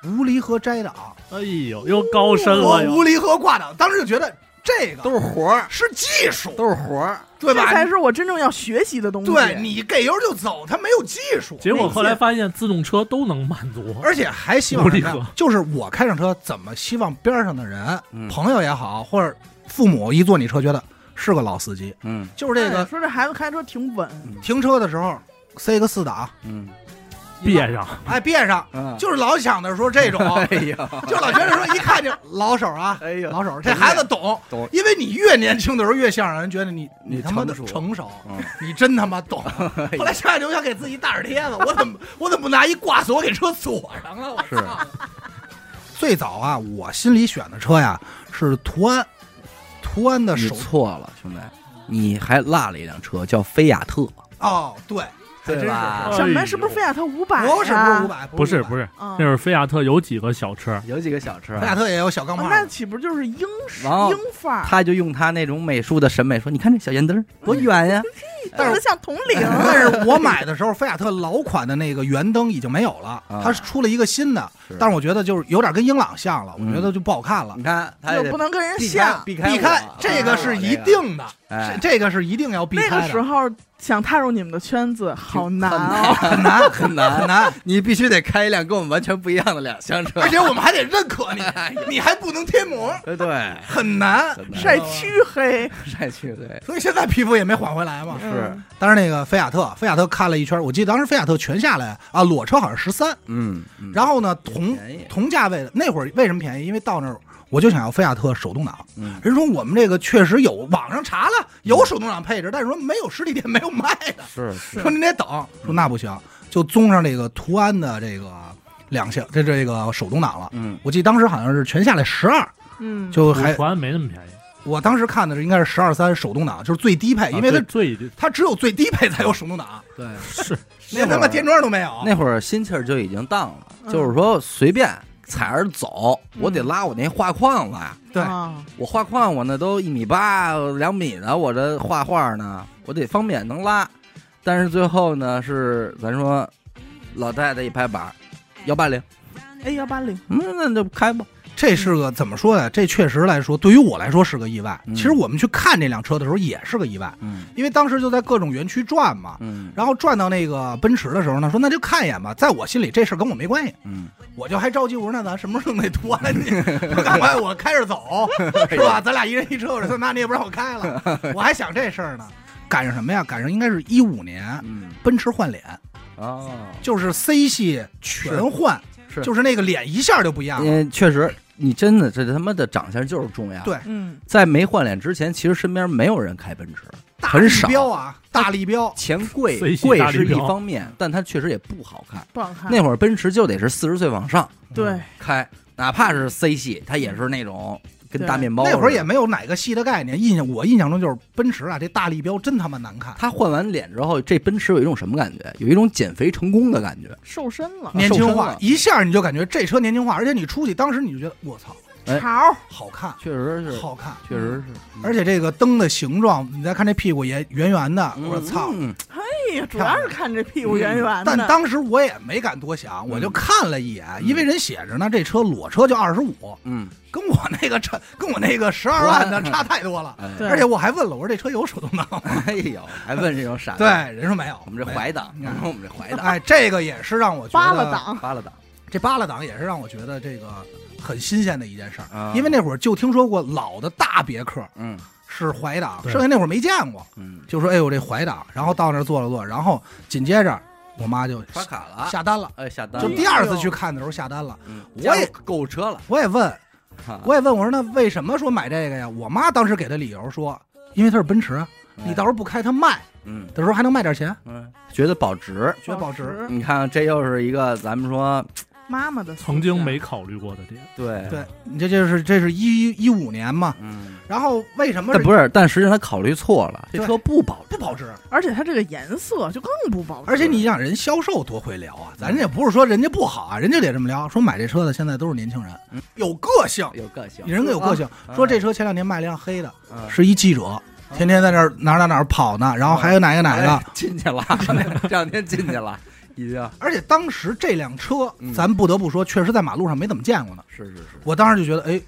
无离合摘挡，哎呦，又高深了我又。无离合挂挡，当时就觉得这个都是活儿，是技术，都是活儿。对这才吧？是我真正要学习的东西。对你给油就走，它没有技术。嗯结果后来发现自动车都能满足，而且还希望无什力么喝呀？就是我开上车，怎么希望边上的人、嗯朋友也好，或者父母一坐你车，觉得是个老司机。嗯就是这哎个说这孩子开车挺稳，停车的时候塞个四档，嗯别上。哎，别上，嗯，就是老想着说这种， [laughs] 哎呀，就老觉得说一 [laughs] 看就老手啊，哎呀老手，这孩子懂，懂因为你越年轻的时候越想让人觉得你你他妈的成熟成熟，嗯哎你真他妈 [laughs] 懂。后来想想就想给自己大耳贴子，我怎么我怎么不拿一挂锁给车锁上啊？我是操！ [laughs] 最早啊，我心里选的车呀是途安，途安的你手啊错了，兄弟，你还落了一辆车叫菲亚特，哦，对，还真对吧是。什么是不是菲亚特五百？不是不是五，百，不是是不是，是，啊那会儿菲亚特有几个小车，有几个小车啊菲，亚特也有小钢哦炮，那岂不就是英式然后英范儿？他就用他那种美术的审美说：“你看这小圆灯多远呀但长是得像铜铃， [laughs] 但是我买的时候，菲亚特老款的那个圆灯已经没有了，啊它是出了一个新的是，但是我觉得就是有点跟英朗像了，我嗯觉得就不好看！”了。你看他也就得不能跟人避开像。避开啊避避开这个是一定的，这哎这个是一定要避那个开时的，候想踏入你们的圈子，好难啊！很难很难很，难，你必须得开一辆跟我们完全不一样的两厢车而，哎且我们还得认可你，你还不能贴膜，对对，很难很。难 [laughs] [laughs] 晒黢黑，晒去对，所以现在皮肤也没缓回来嘛。嗯当时那个菲亚特，菲亚特看了一圈，我记得当时菲亚特全下来啊，裸车好像十三，嗯，然后呢，同便宜同价位的那会儿为什么便宜？因为到那儿我就想要菲亚特手动挡，嗯人说我们这个确实有，网上查了有手动挡配置，但是说没有实体店没有卖的，是是，说您得等，说那不行，就综上这个途安的这个两厢这这个手动挡了。嗯我记得当时好像是全下来十二，嗯，就还途安没那么便宜，我当时看的是应该是十二三手动挡，就是最低哎配，因为啊它最 [laughs] 它只有最低配才有手动挡，对，是连他妈天窗都没有。那会儿心气儿就已经荡了，嗯就是说随便踩着走，嗯我得拉我那画框来。对啊我画框，我那都一米八两米的，我这画画呢，我得方便能拉。但是最后呢，是咱说老太太一拍板，幺八零， ，A 哎幺八零，嗯，那就开吧。这是个怎么说呀？这确实来说，对于我来说是个意外。嗯其实我们去看这辆车的时候也是个意外，嗯因为当时就在各种园区转嘛。嗯然后转到那个奔驰的时候呢，说那就看一眼吧，在我心里这事儿跟我没关系，嗯，我就还着急，我说那咱什么时候弄那图案去？ [laughs] 我赶快我开 [laughs] 着走，哎是吧？咱俩一人一车，我说那你也不让我开了，我还想这事儿呢。赶上什么呀？赶上应该是一五年嗯奔驰换脸，哦，就是 C 系全换，是就是那个脸一下就不一样了。嗯，确实，你真的这他妈的长相就是重要。对嗯，在没换脸之前，其实身边没有人开奔驰，大很立少标啊，大立标，钱贵随喜贵大是礼一表方面，但它确实也不好看。不好看。那会儿奔驰就得是四十岁往上对，开，哪怕是 C 系，它也是那种跟对大面包似的。那会儿也没有哪个系的概念，印象我印象中就是奔驰啊，这大立标真他妈难看，他换完脸之后，这奔驰有一种什么感觉？有一种减肥成功的感觉。瘦身了，年瘦轻身化了，一下你就感觉这车年轻化，而且你出去当时你就觉得我操，哎潮，好看，确实是，嗯好看，确实是，而且这个灯的形状，你再看这屁股也圆圆的，嗯我说操！嗯哎呀，主要是看这屁股圆圆的。嗯但当时我也没敢多想，我就嗯看了一眼，因为人写着呢，这车裸车就二十五，嗯，跟我那个车跟我那个十二万 [laughs] 的嗯差太多了。哎对而且我还问了，我说这车有手动挡吗？哎呦，还问这种 [laughs] 傻对蛋，，人说没有，我们这没有怀档，嗯你看我们这怀档，哎，这个也是让我觉得扒了，档，扒拉档，这扒拉档也是让我觉得这个很新鲜的一件事儿，啊因为那会儿就听说过老的大别克嗯是怀档，对剩下那会儿没见过，嗯，就说哎呦这怀档，然后到那儿坐了坐，然后紧接着我妈就刷卡了，下单了，哎下单就了，第二次去看的时候下单了，嗯我也加入购物车了，我也问，哈我也问我说那为什么说买这个呀？我妈当时给的理由说，因为它是奔哎驰啊，你到时候不开它卖嗯的时候还能卖点钱，嗯，觉得保值。觉得保值。你看，这又是一个咱们说妈妈的思想曾经没考虑过的点。对，对，你这就是这是一一五年嘛，嗯，然后为什么但不是，但实际上他考虑错了，这对车不保值不保值？啊而且它这个颜色就更不保值。而且你想人销售多会聊啊，咱也不是说人家不好啊，人家得这么聊，说买这车的现在都是年轻人嗯，有个性，有个性，人家有个性。啊说这车前两天卖辆黑的，嗯是一记者，天天在那儿哪儿哪儿哪儿跑呢，然后还有哪个哪个哎。进去了， [laughs] 这两天进去了，已经而且当时这辆车嗯，咱不得不说，确实在马路上没怎么见过呢。是是是，我当时就觉得，哎，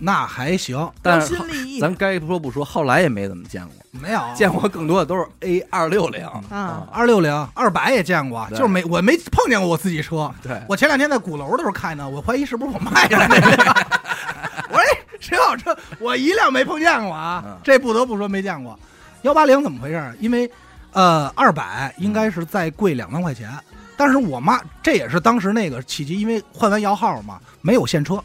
那还行，但标是新立异，咱该说不说，后来也没怎么见过，没有见过更多的都是 A 二六零啊，二六零、二百也见过，啊对就是没我没碰见过我自己车。对，我前两天在鼓楼的时候看呢，我 [laughs] 怀疑是不是我卖的那辆。我说哎谁好车？我一辆没碰见过啊嗯，这不得不说没见过。幺八零怎么回事儿？因为呃，二百应该是再贵两万块钱。但是我妈这也是当时那个契机，因为换完摇号嘛，没有现嗯车，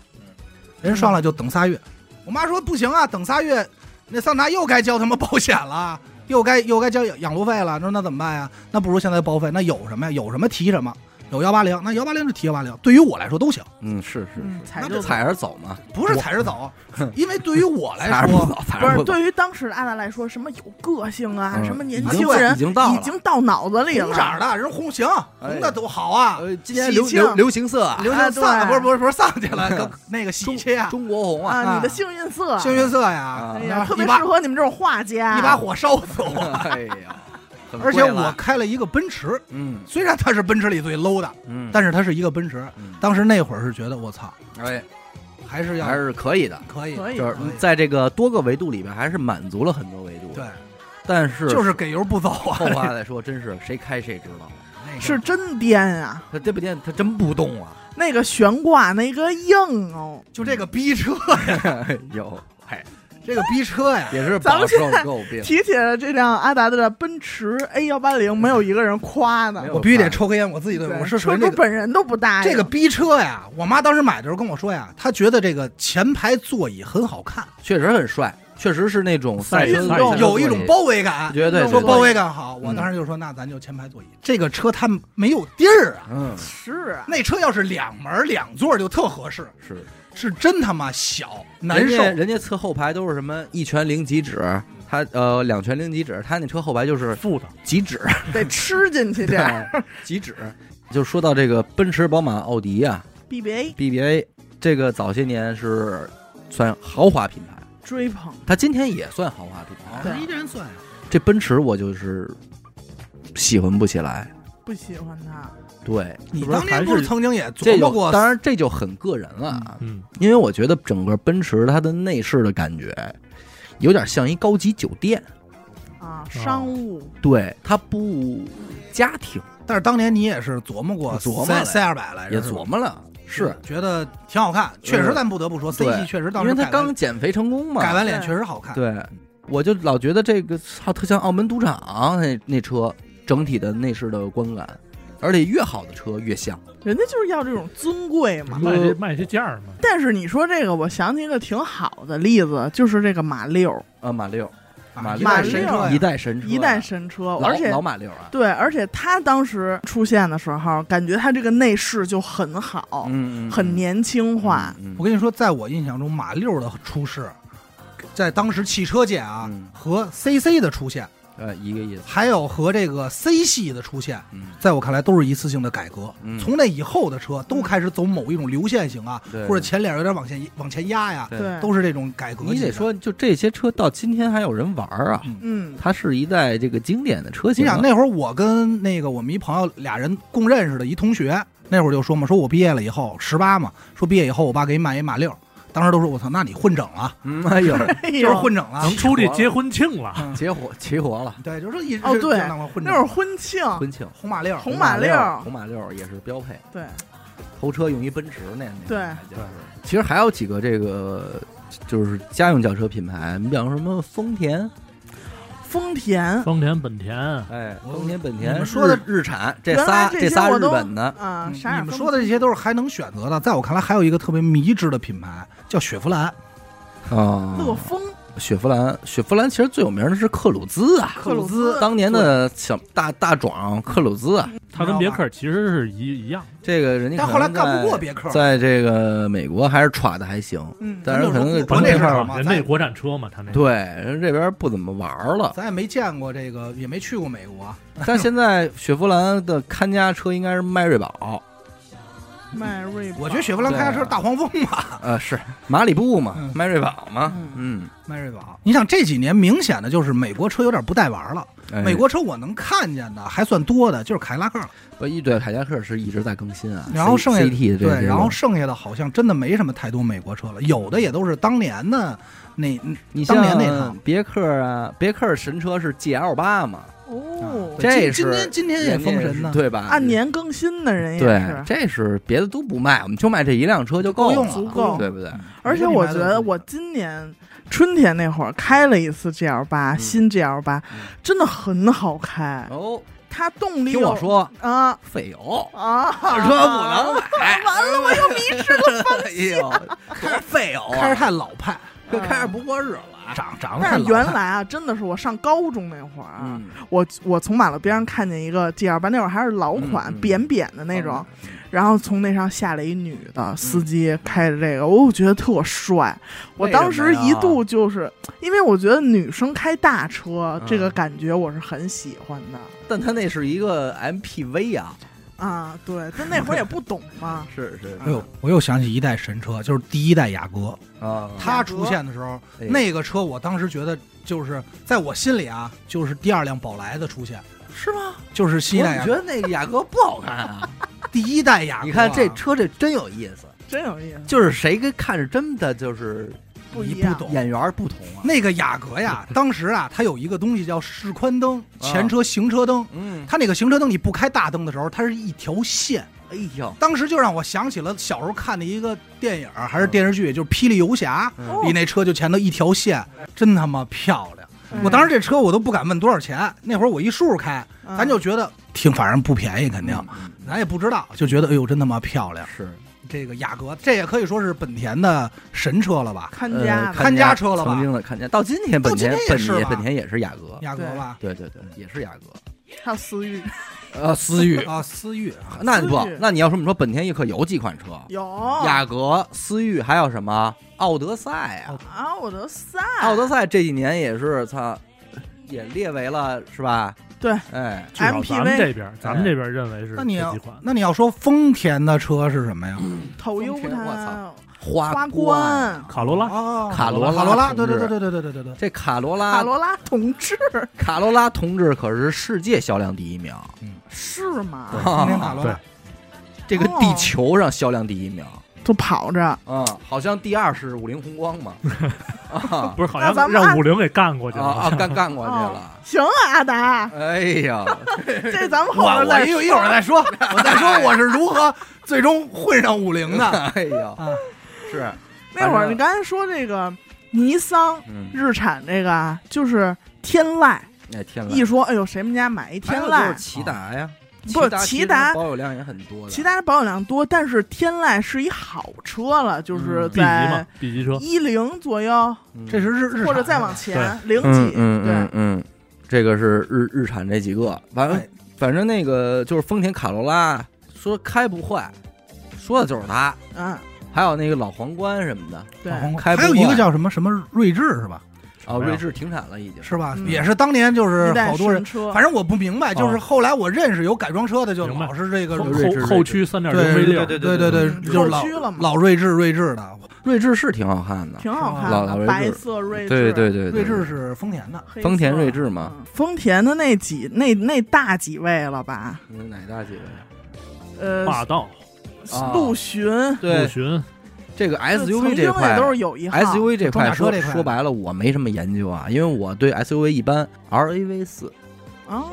人上来就等仨月。我妈说不行啊，等仨月，那桑塔纳又该交他妈保险了，又该又该交养养路费了。说那怎么办呀？那不如现在报废。那有什么呀？有什么提什么。有幺八零，那幺八零就提幺八零，对于我来说都行，嗯，是是嗯，是，踩那就这踩。踩着走嘛，不是踩着走，因为对于哎我 [laughs] 踩来着不说，走，踩不着是，不走，对于当时的阿达来说，什么有个性啊，嗯什么年已轻经人已经到了已经到脑子里红色了儿。的人红行，红的都好啊，呃，今年流喜庆流流行色啊，流行啊丧，对不是不是不是丧去 [laughs] 了，跟那个喜气啊，中国红啊，啊，啊你的幸运色，幸运色啊呀，哎然呀，后特别啊一把适合你们这种画家。一把火烧死 [laughs] 我。哎呀，很啊而且贵我了开了一个奔驰，嗯虽然它是奔驰里最 low 的，嗯，但是它是一个奔驰。嗯当时那会儿是觉得我操，哎还是要还是可以的，可以，可以就是可以在这个多个维度里边，还是满足了很多维度。对，，但是就是是给油不走啊后。话再说，真是谁开谁知道，那个是真颠啊！他这不见他 [laughs] 真不动啊，那个悬挂那个硬哦，就这个逼车，有哎，这个逼车呀，也是咱饱们受现在诟病。提起了这辆阿达的奔驰 A 幺八零，没有一个人夸的没。有我必须得抽根烟，我自己对对我是属于车那主个。本人都不答应这个逼车呀，我妈当时买的时候跟我说呀，她觉得这个前排座椅很好看，确实很帅，确实是那种赛车运动哦有一种，包围感，绝对运动说绝对包围感好，我嗯当时就说那咱就前排座椅。这个车它没有地儿啊，嗯是啊，那车要是两门两座就特合适，是是真他妈小难受人家。人家侧后排都是什么一拳零几指，他呃两拳零几指，他那车后排就是负的，几指，得吃 [laughs] 进去点儿。 [laughs] 几指。就说到这个奔驰、宝马、奥迪啊 BBA ，BBA 这个早些年是算豪华品牌，追捧，它今天也算豪华品牌。啊一人算呀，这奔驰我就是喜欢不起来，不喜欢他，对，你是不是当年还不是是曾经也这琢磨就过？当然这就很个人了啊。嗯，因为我觉得整个奔驰它的内饰的感觉，有点像一高级酒店，啊，商务对，它不家庭，但是当年你也是琢磨过琢磨了 C 二百来着，也是吧嗯琢磨了，是觉得挺好看，确实嗯咱不得不说，C 对系确实当因时为它改完刚减肥成功嘛，改完脸对确实好看，对，我就老觉得这个操特像澳门赌场那那车整体的内饰的观感，而且越好的车越像，人家就是要这种尊贵嘛。卖这卖这价儿嘛，但是你说这个，我想起一个挺好的例子，就是这个马六，啊，马六啊，马代六神车一呀，代神车，一代神车，老而且老马六啊，对，而且他当时出现的时候，感觉他这个内饰就很好，嗯，嗯很年轻化，，嗯嗯我跟你说，在我印象中，马六的出世，在当时汽车界啊嗯，和 CC 的出现，呃一个意思，还有和这个 C 系的出现，嗯，在我看来都是一次性的改革。嗯从那以后的车都开始走某一种流线型啊，对或者前脸有点往前往前压呀，嗯对对，都是这种改革。你得，说，就这些车到今天还有人玩儿啊，嗯，它是一代这个经典的车型你啊。想那会儿我跟那个我们一朋友俩人共认识的一同学，那会儿就说嘛，说我毕业了以后十八嘛，说毕业以后我爸给你买一马六，当时都说我操，那你混整了，嗯，哎呦，哎呦就是混整了能。出去结婚庆了，嗯结火起火了，对，就是一直哦就对那么混那整会儿婚庆，婚庆。红马六，啊红马马六红马六也是标配，对，头车用一奔驰那那对那就是其实还有几个这个就是家用轿车品牌，你比方说什么丰田，丰田丰田、本田，哎，我丰田、本你田，们说的日日产这原来仨这这些仨我日都本的，嗯啊，嗯你啥也你们分说不的这些都是还能选择的，在我看来还有一个特别迷之的品牌叫雪佛兰，啊乐风雪佛兰，雪佛兰其实最有名的是克鲁兹啊，克鲁兹当年的小大大壮克鲁兹啊，它跟别克其实是一一样，这个人家嗯但可后来能干不过在别克，在这个美国还是耍的还行，嗯，但是可能咱跟就说国内市反正是场啊嘛，人咱那国产车嘛，它那个对，人这边不怎么玩儿 [laughs] 了。咱也没见过这个，也没去过美国，啊但现在雪佛兰的看家车应该是迈锐 [laughs] 宝，迈锐宝，我觉得雪佛兰开的车是大黄蜂吧，呃，是马里布嘛嗯，迈锐宝嘛，嗯，迈锐宝。你想这几年明显的就是美国车有点不带玩了，哎美国车我能看见的还算多的就是凯迪拉克了，不一对凯迪拉克是一直在更新啊，然后 C- 剩下 CT 的这对，这然后个剩下的好像真的没什么太多美国车了，有的也都是当年的那你当年那像套别克啊，别克神车是 GL 八嘛，哦，这是啊今今天今天也哎封神呢，对吧？按年更新的人也对，是。这是别的都不卖，我们就卖这一辆车就够够用了足够对不嗯对？而且我觉得我今年春天那会儿开了一次 GL 八，新 GL 八真的很好开，嗯哦，它动力听我又说，啊费油，啊，二车不能买，完了我又迷失了方向，哎呦，多费油开着啊，太老派，这开着不过日子了。长长得但太是老原态来啊，真的是我上高中那会儿，啊嗯，我我从马路边上看见一个 G 二八，那会儿还是老款，嗯嗯扁扁的那种，嗯然后从那上下来一女的司机开着这个，我觉得特帅。我当时一度就是因为我觉得女生开大车、嗯这个感觉我是很喜欢的但他那是一个 MPV 啊，，啊，对，但那会儿也不懂嘛是是哎呦，我又想起一代神车，就是第一代雅阁，啊，它出现的时候，哎那个车我当时觉得就是在我心里啊，就是第二辆宝来的出现， [laughs] 是吗？就是新一我怎么代雅阁觉得那个雅阁不好看 [laughs] 啊？第一代雅阁啊、你看这车这真有意思，真有意思，就是谁跟看着真的就是不你一不样。懂眼缘不同啊。那个雅阁呀，当时啊，它有一个东西叫示宽灯，啊前车行车灯。嗯，它那个行车灯，你不开大灯的时候，它是一条线。哎呦，当时就让我想起了小时候看的一个电影还是电视剧，就是《霹雳游侠》哦嗯里那车就前头一条线，真他妈漂亮！哎我当时这车我都不敢问多少钱，那会儿我一叔叔开，嗯咱就觉得挺，反正不便宜，肯定，咱也不知道，就觉得哎呦，真他妈漂亮！嗯是这个雅阁，这也可以说是本田的神车了吧？看呃家的看家车了吧曾经的看家，到今天到本今田天本也是田吧本田也是雅阁，雅阁对吧？对对对，也是雅阁，还有思域，呃，思域。 [laughs] 啊，思域啊， [laughs] 那思域哦不，那你要这么说，本田也可有几款车，有雅阁、思域，还有什么奥德赛啊？啊，我都塞，奥德赛这几年也是，操，也列为了是吧？对，哎，至少咱们 MPV 这边，咱们这边认为是那你这要几款。那你要说丰田的车是什么呀？嗯头优丰田我它操花花冠，冠。卡罗拉，哦，卡罗拉卡罗拉，同对志对对对对对对对 [laughs] 对。这卡罗拉，卡罗拉同志卡罗拉同志可是世界销量第一名，是吗？丰田卡罗拉，这个地球上销量第一名。就跑着，嗯，好像第二是五菱宏光嘛，啊不是好那咱像们按让五菱给干过去啊了。啊，干干过去哦了。行啊，阿 [laughs] 达，哎呀，这咱们后我边我再一一会儿再说，我再说我是如何最终混上五菱 [laughs] 的。哎呀啊，是，那会反儿正你刚才说这个尼桑嗯，日产这个啊，就是天籁，哎天籁，一说哎呦谁们家买一天还有就籁啊是，骐达呀，不骐达骐其实达保有量也很多的，其他的保有量多，但是天籁是一好车了，就是嗯 B 级嘛在，B 级车，一零左右嗯这是日日产的或者再往前零几，对，嗯，这个是日日产这几个，反正哎反正那个就是丰田卡罗拉，说开不坏，说的就是它，嗯，还有那个老皇冠什么的，对，开不还有一惯个叫什么什么锐志是吧？啊，没有锐志停产了已经，是吧？嗯也是当年就是一代好多人神，车，反正我不明白，就是啊后来我认识有改装车的，就明白老是这个后锐锐志后后驱三点零 V 对六，对对对对，嗯就是老后驱了嘛老锐志锐志的，锐志是挺好看的，挺好看老老的，锐志白色锐志，对对对，对锐志是丰田的，黑色丰田锐志嘛，嗯丰田的那几那那大几位了吧？嗯哪大几位？呃，霸道、啊陆巡陆对巡，这个就曾 SUV 经这也块都是有一号 SUV 这块装甲车说这块说白了，我没什么研究啊，因为我对 SUV 一般，RAV 四啊，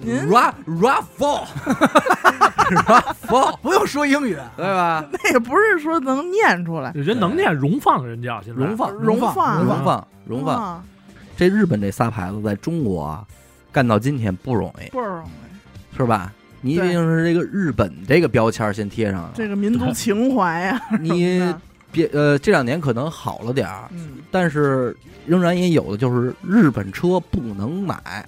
您，RA [laughs] RAV4，RAV4，不用说英语，对吧？那也不是说能念出来，人家能念荣放，人家现在荣放，荣放荣荣放，荣放，啊这日本这仨牌子在中国啊，干到今天不容易，倍儿容易，是吧？你对毕竟是这个日本这个标签儿先贴上了，这个民族情怀呀，你嗯别呃这两年可能好了点儿，嗯，但是仍然也有的就是日本车不能买，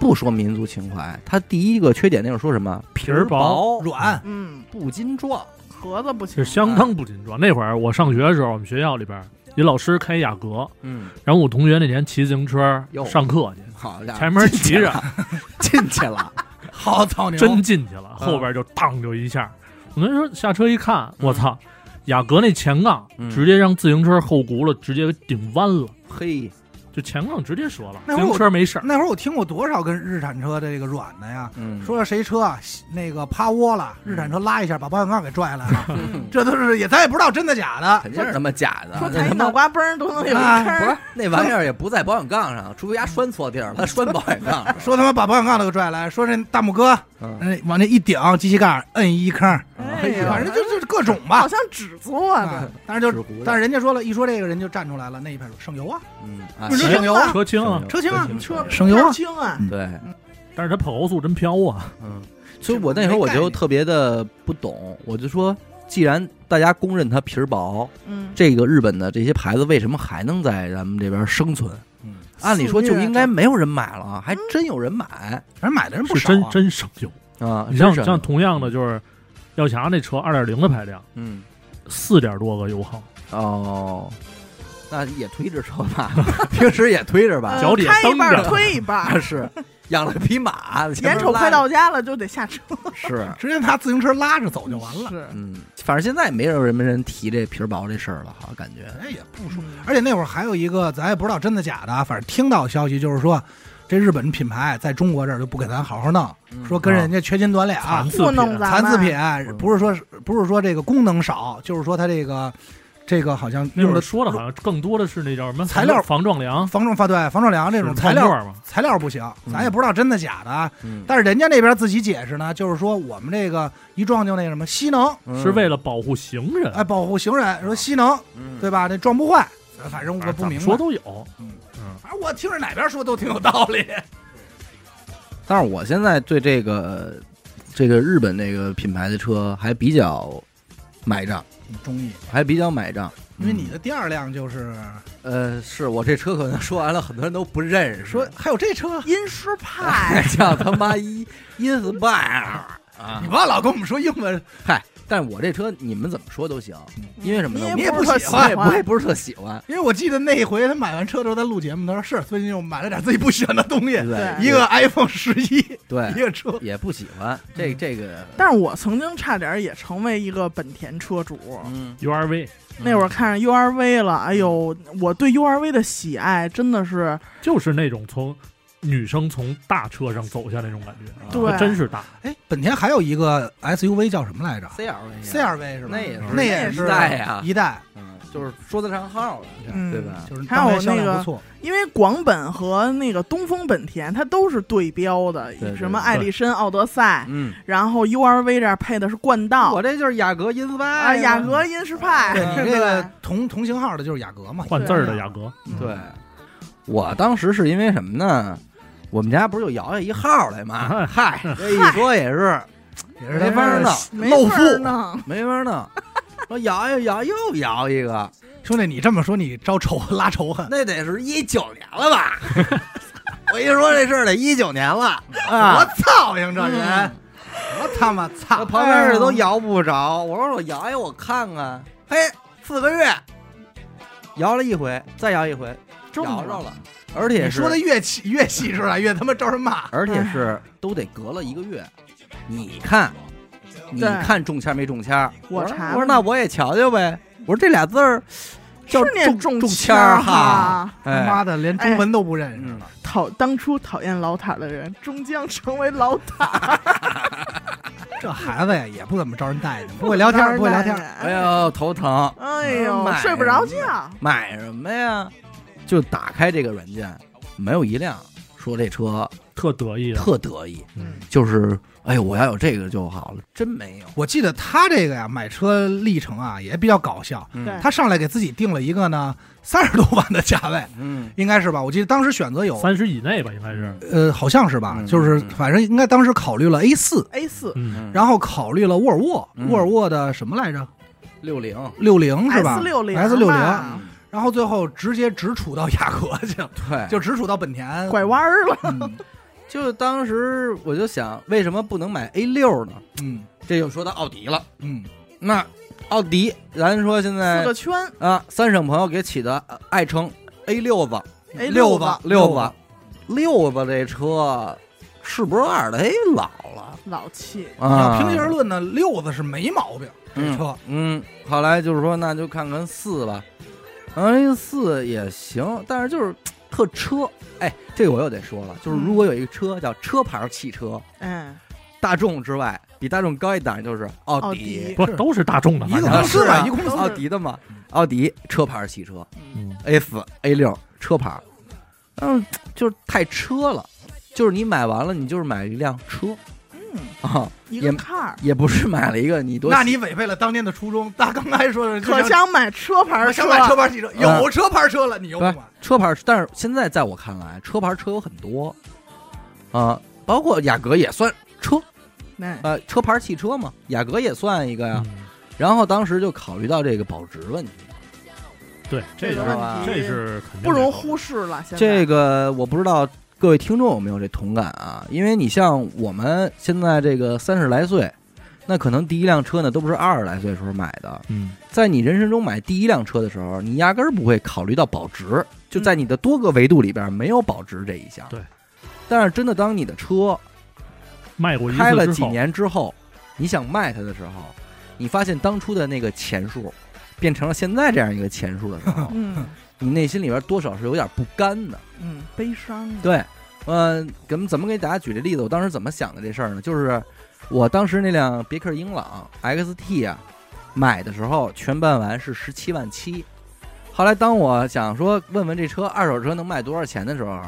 不说民族情怀，它第一个缺点那种说什么皮儿薄薄、软，嗯，不精壮，盒子不行是，相当不紧装。那会儿我上学的时候，我们学校里边一老师开雅阁，嗯，然后我同学那年骑自行车哟上课去，好家伙，前面骑着 [laughs] 进去了，好操牛，真进去了，嗯后边就当就一下。我跟你说，下车一看，我操，雅阁那前杠嗯直接让自行车后轱辘直接给顶弯了，嘿，就前杠直接折了，那自会儿我行车没事儿。那会儿我听过多少跟日产车的这个软的呀？嗯，说谁车啊，那个趴窝了，日产车拉一下把保险杠给拽下 [laughs] 来了，嗯这都是也咱也不知道真的 [laughs] 假的。肯定是他妈假的，说啊那抬他一妈脑瓜崩儿都能有一啊坑 [laughs] 不儿是，那玩意儿也不在保险杠上，除非丫拴错地儿了，他拴保险杠上。说他妈把保险杠都给拽下来，说这大拇哥，嗯，那往那一顶，机器盖儿摁一坑，哎对呀，反正就就是各种好吧。像纸做的，啊但是就纸糊的但是人家说了一说这个人就站出来了，那一派说省油啊，嗯，啊不是省省油油啊啊，车轻啊，车轻啊车省油啊车轻啊，对，嗯但是它跑高速真飘啊，嗯，所以我那时候我就特别的不懂，我就说既然大家公认它皮儿薄，嗯，这个日本的这些牌子为什么还能在咱们这边生存？嗯，按理说肆虐就应该没有人买了啊，还真有人买反正买的人不是少真啊。真省油。啊！你像真是像同样的就是，耀霞那车二点零的排量，嗯四点多个油耗，哦，那也推着车吧， [laughs] 平时也推着吧，呃，脚底下开一半蹬儿着推一半 [laughs] 儿是养了匹马，前面眼瞅拉快到家了就得下车是直接拿自行车拉着走就完了。是，嗯，反正现在没有人没人提这皮儿薄这事儿了，好像感觉哎，也不说。嗯而且那会儿还有一个，咱也不知道真的假的啊，反正听到消息就是说，这日本品牌在中国这儿就不给咱好好弄，说跟人家缺斤短两、啊残次糊弄嗯品。咱残们次品，不是说不是说这个功能少，就是说它这个这个好像那用会儿的说的好像更多的是那叫什么材料防撞梁防撞发对防撞梁这种是材料泡沫嘛，材料不行，咱嗯也不知道真的假的啊。嗯但是人家那边自己解释呢，就是说我们这个一撞就那什么吸能，嗯是为了保护行人。哎，保护行人，说吸能，嗯啊对吧？那撞不坏，反正我怎不么明白。啊说都有。反正我听着哪边说都挺有道理。但是我现在对这个这个日本这个品牌的车还比较买账，中意，还比较买账，嗯因为你的第二辆就是呃，是我这车可能说完了，很多人都不认识，说还有这车，阴湿派 [laughs] 哎叫他妈一 inspire 啊你！不要老跟我们说英文，嗨，但是我这车你们怎么说都行，因为什么呢？你也不是不特喜喜我欢也不我也不是特喜欢，因为我记得那回他买完车之后，在录节目，他说是最近又买了点自己不喜欢的东西对，不对一个 iPhone 十一，一对，个车。也不喜欢这这个。但是我曾经差点也成为一个本田车主，嗯， URV 那会儿看上 URV 了，哎呦，我对 URV 的喜爱真的是就是那种从女生从大车上走下那种感觉，嗯对它真是大。哎，本田还有一个 SUV 叫什么来着 C L V ？C R V 是吧？那也是那也一代呀一代嗯，就是说得上号了，嗯对吧？就是还有当年销那量个不错。嗯因为广本和那个东风本田它都是对标的，对对什么艾力绅、奥德赛，嗯，然后 URV 这儿配的是冠道我这就是雅阁 inspire 啊，雅嘛阁英仕派，对哎你这对个同同型号的就是雅阁嘛，换字儿的雅阁，嗯对，啊我当时是因为什么呢？我们家不是有摇下一号来吗？啊嗨，这一说也是也是 [laughs] 没法弄，没露事富儿呢，没法弄。说摇一摇又摇一个，兄弟，你这么说你招仇拉仇 [laughs] 恨，那得是一九年了吧？ [laughs] 我一说这事儿得一九年了我啊！操应这人，我他妈嗯那操！旁边的都摇不着，我说我摇一我看看，哎嘿，四个月，摇了一回，再摇一回，中摇着了，而且你是说的越细越细致啊，越他妈招人骂。而且是都得隔了一个月，你看，你对看中签没中签儿？我说查我说了那我也瞧瞧呗。我说这俩字儿叫是念中中签儿儿哈嗯哈，他哎，嗯妈的，连中文都不认识了。 [laughs] 讨当初讨厌老塔的人，终将成为老塔。这孩子呀，也不怎么招人待见，不会 [laughs] 聊天，不会聊天。哎，呦头疼，妈哎呦，呀睡不着觉。买什么呀？就打开这个软件，没有一辆说这车特得意的。啊特得意，嗯就是哎呦我要有这个就好了，真没有。我记得他这个呀，买车历程啊也比较搞笑。哎对他上来给自己定了一个呢三十多万的价位，嗯，应该是吧？我记得当时选择有，三十以内吧，应该是，呃，好像是吧？嗯就是嗯反正应该当时考虑了 A 四， A 四嗯，然后考虑了沃尔沃，嗯沃尔沃的什么来着？六零，六零是吧 S 六零啊 S 六零，吧然后最后直接直处到雅阁去了， [laughs] 对，就直处到本田。拐弯儿了。嗯就当时我就想，为什么不能买 A 六呢？嗯这就说到奥迪了。嗯，那奥迪，咱说现四在个圈啊，三省朋友给起的呃爱称 A 六子，哎，A 六子六子，六子这车是不是二的？哎，老了老气，你啊！要平心而论呢，六子是没毛病，这车嗯，后来就是说，那就看看四吧，哎，四也行，但是就是特车。哎，这个我又得说了，就是如果有一个车叫车牌汽车，哎，大众之外，比大众高一档就是奥奥迪，迪不都是大众的，一个反公正司是吧，啊一公司都是奥迪的嘛，奥迪车牌汽车，嗯 A 四、A 六车牌，嗯，就是太车了，就是你买完了，你就是买一辆车嗯， [laughs] 啊，一个也 car，也不是买了一个你多喜。那你违背了当年的初衷。大刚才说的，可想买车牌我儿想买车车牌嗯汽车，有车牌车了，你又不买，车牌，但是现在在我看来，车牌车有很多啊，包括雅阁也算车，哎嗯呃，车牌汽车嘛，雅阁也算一个呀。嗯然后当时就考虑到这个保值问题，对，这这是个问题这是肯定不容得考忽视了。现在，这个我不知道各位听众有没有这同感啊？因为你像我们现在这个三十来岁，那可能第一辆车呢都不是二十来岁时候买的，嗯，在你人生中买第一辆车的时候，你压根儿不会考虑到保值，就在你的多个维度里边没有保值这一项。对，但是真的当你的车卖过一次开了之几后，年之后，你想卖它的时候，你发现当初的那个钱数变成了现在这样一个钱数的时候 [laughs] 嗯你内心里边多少是有点不甘的。嗯，悲伤的。对，呃，怎么怎么给大家举这例子？我当时怎么想的这事儿呢？就是我当时那辆别克英朗 XT 啊，买的时候全办完是十七万七，后来当我想说问问这车二手车能卖多少钱的时候，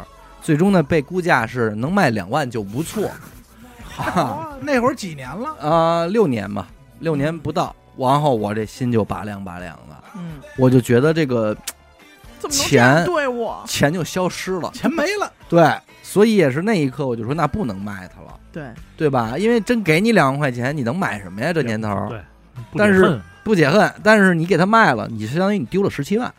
最终呢被估价是能卖两万就不错，啊哈、哇那会儿几年了？啊，六年吧，六年不到。然后我这心就拔凉拔凉的，嗯，我就觉得这个怎么能这样钱对我？钱就消失了。钱没了，对，所以也是那一刻我就说，那不能卖它了。对，对吧？因为真给你两万块钱，你能买什么呀？这年头儿对，不但解是恨不解恨，但是你给他卖了，你相当于你丢了十七万。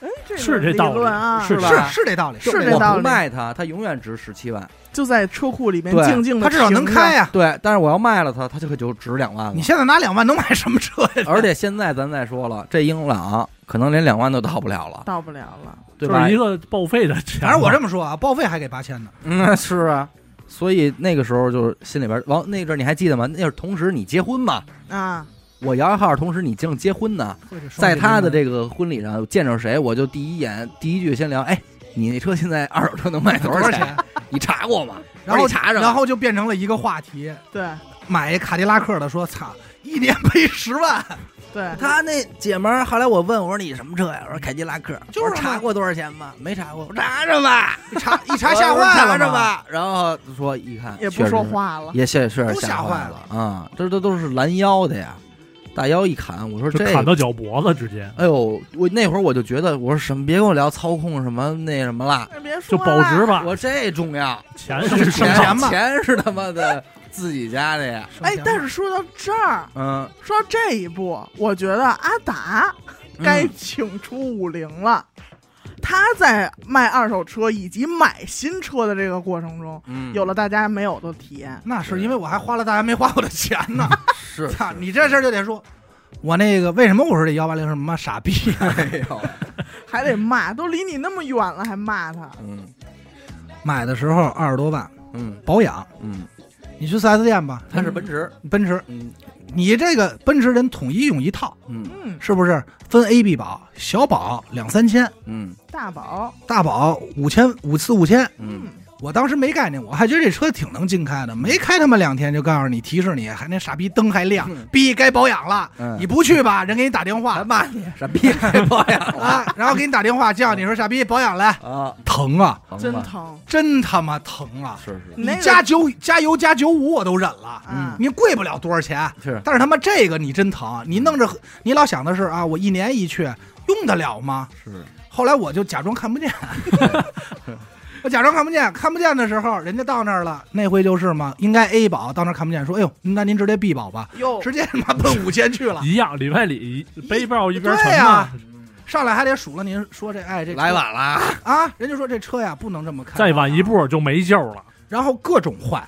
哎，这个是这理道理论啊，是吧是是这道理，是就这我道不理卖它，它永远值十七万。就在车库里面对静静的，他至少能开。呀。对，但是我要卖了它，它就就值两万你了。现在拿两万能买什么车呀？嗯而且现在咱再说了，这英朗可能连两万都到不 [laughs] 了了，到不了了，对就吧是一？个报废的钱嘛。反正我这么说啊，报废还给八千呢。 [laughs] 嗯，是啊。所以那个时候就是心里边，王那阵儿你还记得吗？那是同时你结婚嘛，啊，我摇号，同时你正结婚呢，在他的这个婚礼上见着谁，我就第一眼第一句先聊，哎，你那车现在二手车能卖多多少少钱？钱？你查过吗？然后我说你查查吧，然后就变成了一个话题，对买卡迪拉克的说：“操，一年赔十万，对，他那姐们儿，后来我问我说你什么车呀？我说凯迪拉克，就我是嘛说查过多少钱吗？没查过，我查查吧，一查一查吓我说坏查了查吧？吧。然后说一看也不说，话了确实，也确实都坏吓坏了了啊！这这都是拦腰的呀，大腰一砍，我说就这砍到脚脖子直接，哎呦，我那会儿我就觉得，我说什么，别跟我聊操控什么那什么了，哎别说就保值了。吧，我这重要，钱啊省是生钱产吧钱是他妈的自己家的呀，哎，但是说到这儿，嗯，说到这一步，我觉得阿达嗯该请出五菱了。他在卖二手车以及买新车的这个过程中，嗯有了大家没有的体验。那是因为我还花了大家没花我的钱呢。是 [laughs] 操，你这事儿就得说，我那个为什么我说这幺八零是妈傻逼？哎呦，还得骂，都离你那么远了还骂他，嗯买的时候二十多万，嗯保养，嗯，你去四 S 店吧，它是奔驰，奔驰，嗯你这个奔驰人统一用一套，嗯嗯，是不是？分 A、B 保，小保两三千，嗯大宝，大保五千五四五千。嗯，我当时没概念，我还觉得这车挺能静开的，没开他妈两天就告诉你提示你，还那傻逼灯 [laughs] 还亮嗯，逼该保养了，嗯你不去吧，人给你打电话骂你傻逼太保养了啊，然后给你打电话叫你说傻逼保养来， [laughs] 啊，疼啊，真疼吧，疼。真他妈疼啊！是是你那你个加九加油加九五我都忍了，啊，你贵不了多少钱，是，但是他妈这个你真疼，你弄着你老想的是啊，我一年一去，用得了吗？是，后来我就假装看不见， [laughs] 我假装看不见，看不见的时候，人家到那儿了，那回就是嘛，应该 A 保到那儿看不见，说哎呦，那您直接 B 保吧，哟，直接他妈奔五千去 [laughs] 了，一样，里外里背包一边对沉呀嘛，上来还得数落您，说这哎这车来晚了，啊，人家说这车呀不能这么开，再晚一，步就没救了。然后各种坏，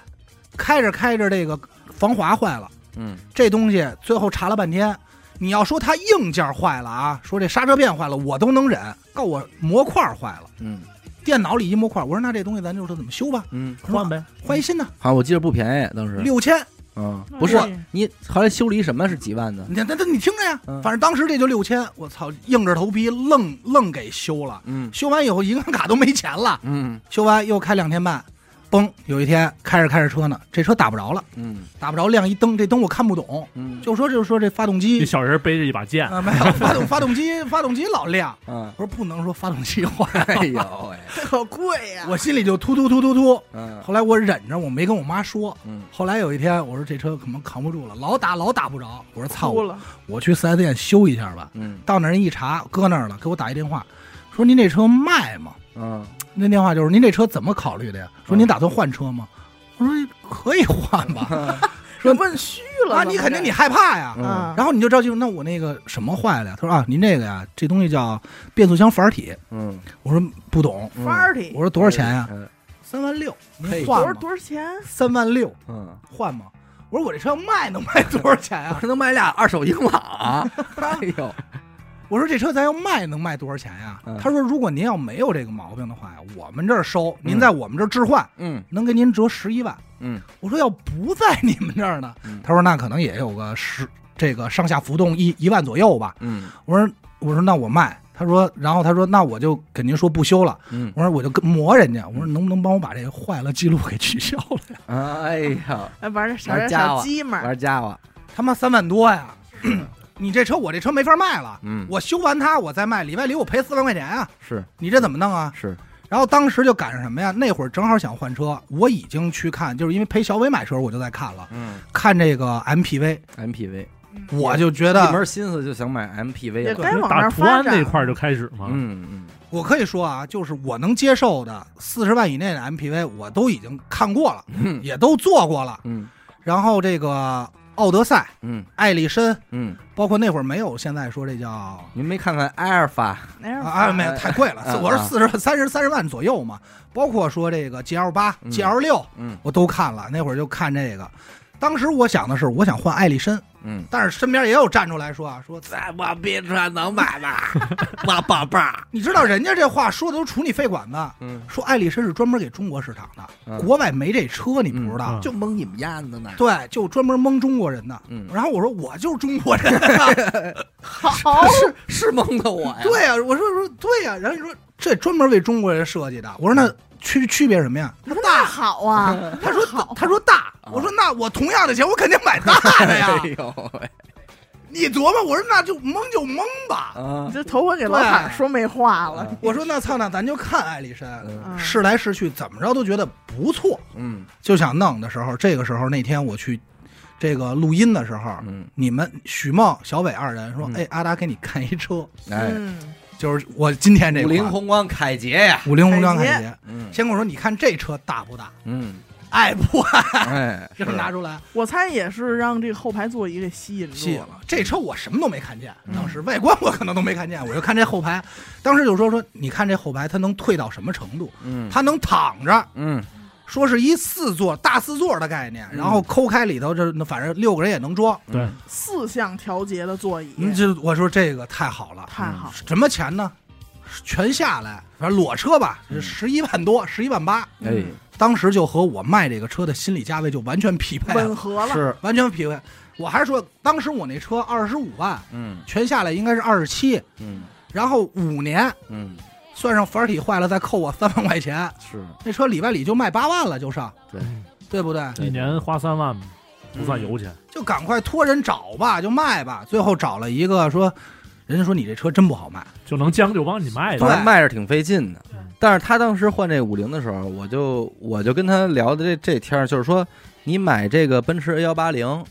开着开着这个防滑坏了，嗯这东西最后查了半天。你要说它硬件坏了啊，说这刹车片坏了，我都能忍。告我模块坏了，嗯电脑里一模块，我说那这东西咱就说怎么修吧，嗯，换呗，换一新的，好，我记得不便宜，当时，六千，嗯，那不是你你后来修理什么是几万的，你那那你听着呀，嗯反正当时这就六千，我操，硬着头皮愣愣给修了，嗯修完以后银行卡都没钱了，嗯修完又开两天半，崩，有一天开着开着车呢，这车打不着了，嗯打不着亮一灯，这灯我看不懂，嗯，就说就说这发动一机小人背着一把剑，啊、没有发动发动机发动机老亮，嗯，我说不能说发动机坏，哎呦喂，可贵呀，我心里就突突突突突，嗯后来我忍着我没跟我妈说。嗯后来有一天，我说这车可能扛不住了，老打老打不着。我说操，哭了，我去四 S 店修一下吧。嗯到那儿一查，搁那儿了，给我打一电话，说您这车卖吗？嗯，那电话就是您这车怎么 [laughs] 考虑的呀？说您打算换车吗？我说可以换吧。说问虚了哎啊，怎么你肯定着你害怕呀。嗯啊，然后你就着急，那我那个什么坏了呀？他说啊，您这个呀，这东西叫变速箱反体。嗯，我说不懂，嗯 party 我说多少钱呀？嗯三万六，嘿您多换少吗？多少钱？啊三万六，嗯，换吗？我说我这车要卖能卖多少钱我啊？ [laughs] 这能卖俩二手英朗 [laughs] 啊，哎呦，我说这车咱要卖能卖多少钱呀、嗯他说如果您要没有这个毛病的话呀，我们这儿收，您在我们这儿置换，嗯能给您折十一万。嗯我说要不在你们这儿呢嗯，他说那可能也有个十，这个上下浮动一一万左右吧。嗯我说我说那我卖，他说，然后他说那我就给您说不修了。嗯，我说我就跟磨人家，我说能不能帮我把这个坏了记录给取消了呀？哎呀，哎，玩点小玩点家小伙鸡嘛，玩家伙， [laughs] 他妈三万多呀！ [clears throat] 你这车我这车没法卖了，嗯，我修完它我再卖，里外里我赔四万块钱啊！是你这怎么弄啊？是，然后当时就赶上什么呀？那会儿正好想换车，我已经去看，就是因为陪小伟买车，我就在看了，嗯看这个 MPV， ，MPV 嗯我就觉一得门心思就想买 MPV 也了，该往那打儿图案发展。那块儿就开始嘛，嗯嗯我可以说啊，就是我能接受的四十万以内的 MPV，我都已经看过了，嗯也都做过了。嗯然后这个奥德赛、嗯艾力绅，嗯，包括那会儿没有现在说这叫啊您没看看埃尔法，那样啊，没有太贵啊啊了，我是四十三十三十万左右嘛。包括说这个 GL 八、嗯 GL 六，嗯我都看了。那会儿就看这个，当时我想的是，我想换艾力绅，嗯，但是身边也有站出来说啊，说在哎我别车能买吗？我宝贝儿，你知道人家这话说的都杵你肺管子，嗯，说艾力绅是专门给中国市场的，嗯国外没这车，你不知嗯道嗯。就蒙你们丫的呢，对，就专门蒙中国人的。嗯然后我说我就是中国人、 [laughs] [laughs] 好，是是蒙的我呀，对呀、啊我说我说对呀、然后你说这专门为中国人设计的，我说嗯那区区别什么呀？我说那好 [laughs] 啊，他说他说大，啊我说那我同样的钱我肯定买大的呀。哎呦喂，你琢磨，我说那就蒙就蒙吧。啊你，这头回给老板对说没话了。我说那操那咱就看艾力绅，嗯嗯试来试去怎么着都觉得不错，嗯就想弄的时候，这个时候那天我去这个录音的时候，嗯，你们许梦、小伟二人说：“嗯哎，阿达给你看一车， [laughs] 哎，嗯，就是我今天这五款菱宏光凯捷呀，五菱宏光凯捷凯捷。嗯先跟我说，你看这车大不大，嗯，爱不爱？哎，这是拿出来我猜也是让这个后排座椅给吸引吸住引了。了。这车我什么都没看见，嗯当时外观我可能都没看见，我就看这后排。当时就说说，你看这后排它能退到什么程度？嗯，它能躺着，嗯说是一四座大四座的概念，嗯然后抠开里头这反正六个人也能装。对，四项调节的座椅，嗯，这嗯我说这个太好了，太好了。什么钱呢？全下来，反正裸车吧嗯，十一万多，十一万八，哎嗯当时就和我卖这个车的心理价位就完全匹配吻了，合了，是，完全匹配。我还是说，当时我那车二十五万，嗯全下来应该是二十七，嗯然后五年嗯，算上反体坏了再扣我三万块钱，是那车里外里就卖八万了，就上，对嗯对不对？对嗯一年花三万嘛不算油钱，就赶快托人找吧，就卖吧。最后找了一个说，人家说你这车真不好卖，就能将就帮你卖反的。正卖着挺费劲的哎对。但是他当时换这五菱的时候，我就我就跟他聊的这这天儿，就是说你买这个奔驰 A 幺八零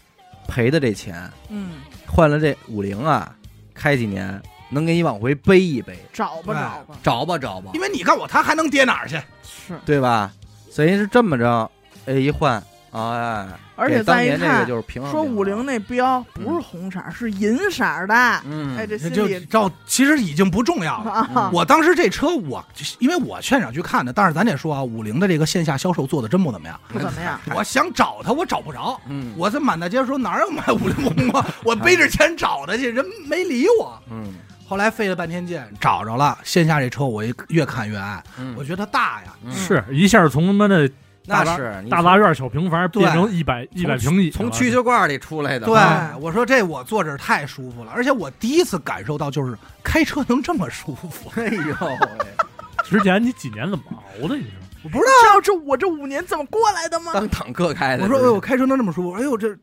赔的这钱，嗯，换了这五菱啊，开几年能给你往回背一背，找吧对找吧，找吧找吧因，为你告诉我它还能跌哪儿去？是，对吧？所以是这么着，哎，一换，哎，而且给当再一年这个看，就是平衡说五菱，那标嗯不是红色儿，是银色儿的，嗯，哎，这心就里照，其实已经不重要了。啊，我当时这车我，因为我现场去看的，但是咱得说啊，五菱的这个线下销售做的真不怎么样。不怎么样，我想找他，我找不着。嗯，我在满大街说哪儿有卖五菱宏光，我背着钱找他去，人没理我。嗯，后来费了半天劲找着了，线下这车我一越看越爱，嗯我觉得它大呀，嗯是一下从他妈的那大是你大从杂院小平房变成一百一百平米，从蛐蛐罐里出来的，对啊，我说这我坐这儿太舒服了，而且我第一次感受到就是开车能这么舒服， [laughs] 哎呦喂，之前你几年怎么熬的？你啊说我不知道。知道这我这五年怎么过来的吗？当坦克开的，我说哎这是呦，开车能这么舒服，哎呦这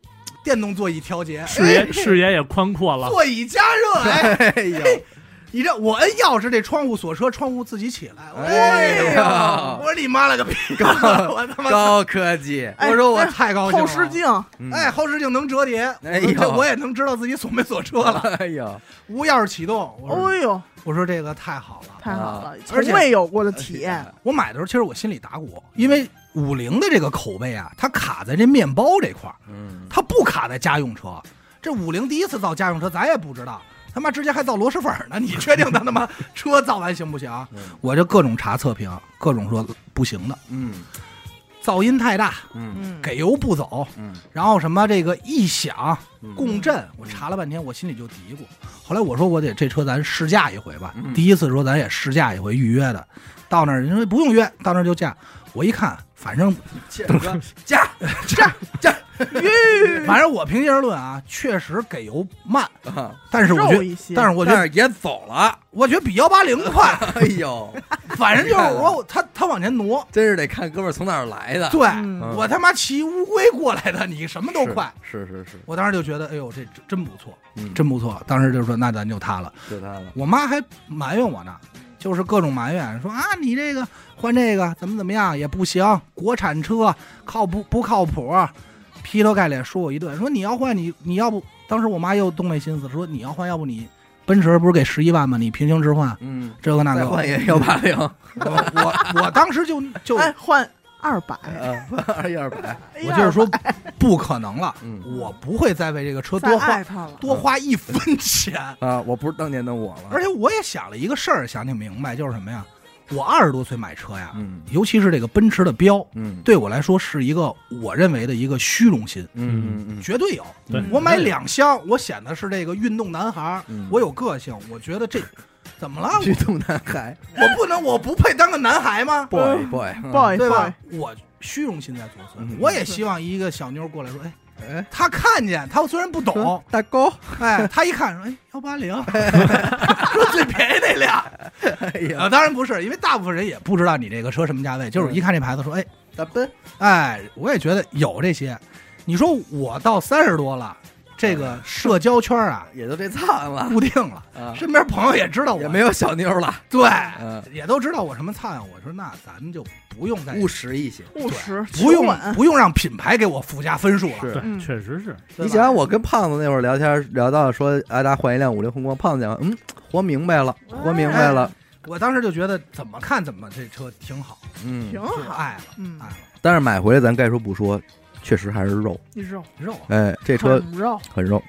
电动座椅调节， [laughs] 视野视野也宽阔了，座椅加热，哎，哎呦， [laughs] 你这我摁钥匙，这窗户锁车，窗户自己起来。哎哎呦呀，我说你妈了个逼！我他妈，高科技，哎我说 [laughs] 我太高兴了。后视，镜，嗯哎，，后视镜能折叠，哎我说这呦我也能知道自己锁没锁车了。 [laughs] 哎呦，无钥匙启动，我说哎呦，我说这个太好了。太好了，从而且未有过的体验。我买的时候其实我心里打鼓，因为五菱的这个口碑啊，它卡在这面包这块儿，嗯，它不卡在家用车。这五菱第一次造家用车，咱也不知道，他妈之前还造螺蛳粉呢。你确定他他妈车造完行不行？嗯我就各种查测评，各种说不行的，嗯噪音太大，嗯嗯，给油不走，嗯然后什么这个异响、嗯共振，我查了半天，我心里就嘀咕。后来我说我得这车咱试驾一回吧，嗯第一次说咱也试驾一回预约的，到那儿人说不用约，到那儿就驾。我一看，反正切哥，驾驾驾， [laughs] 反正我平心而论啊，确实给油慢，啊但是我觉肉得，一些，但是我觉但得，是也走了，。我觉得比幺八零快 [laughs] 哎呦，反正就是你看我他他往前挪，真是得看哥们儿从哪儿来的，对嗯我他妈骑乌龟过来的，你什么都快。是，是是是，我当时就觉得，哎呦，这真真不错，嗯，真不错。当时就说，那咱就它了。就他了，我妈还埋怨我呢，就是各种埋怨，说啊，你这个换这个怎么怎么样也不行，国产车靠不不靠谱，劈头盖脸说我一顿，说你要换你你要不，当时我妈又动那心思，说你要换，要不你奔驰不是给十一万吗？你平行置换嗯，这个那再个，换一个幺八零，我我我当时就就、呃哎换二百，嗯，二一二百，哎我就是说不可能了，嗯我不会再为这个车200再多花爱他了，多花一分钱。啊，我不是当年的我了，而且我也想了一个事儿，想挺明白，就是什么呀？我二十多岁买车呀，嗯尤其是这个奔驰的标，嗯对我来说是一个我认为的一个虚荣心，嗯嗯嗯绝对有。对我买两箱，我显得是这个运动男孩儿，嗯我有个性，我觉得这怎么了？嗯，去动男孩我不能，我不配当个男孩吗？ ，boy boy， boy 对吧 boy，？我虚荣心在作祟嗯，我也希望一个小妞儿过来说，哎，哎，她看见，她虽然不懂，大高，哎，她一看说，哎，幺八零， [laughs] 说最便宜那辆。哎啊，呀，当然不是，因为大部分人也不知道你这个车什么价位，就是一看这牌子说，哎大奔，哎，我也觉得有这些。你说我到三十多了，这嗯个社交圈啊也就这灿了 [laughs] 固定了，啊，身边朋友也知道我，也没有小妞了，对，嗯也都知道我什么菜啊。我说那咱们就不用再务实一些。务实，不用啊求稳不用让品牌给我附加分数了。是对，嗯确实是，你想想，我跟胖子那会儿聊天，聊到说阿达换一辆五菱宏光，胖子讲，嗯，活明白了，哎活明白了，我当时就觉得怎么看怎么这车挺好，嗯挺就好，爱了嗯爱，了但是买回来咱该说不说，确实还是肉，肉肉啊。哎，这这车肉，很肉，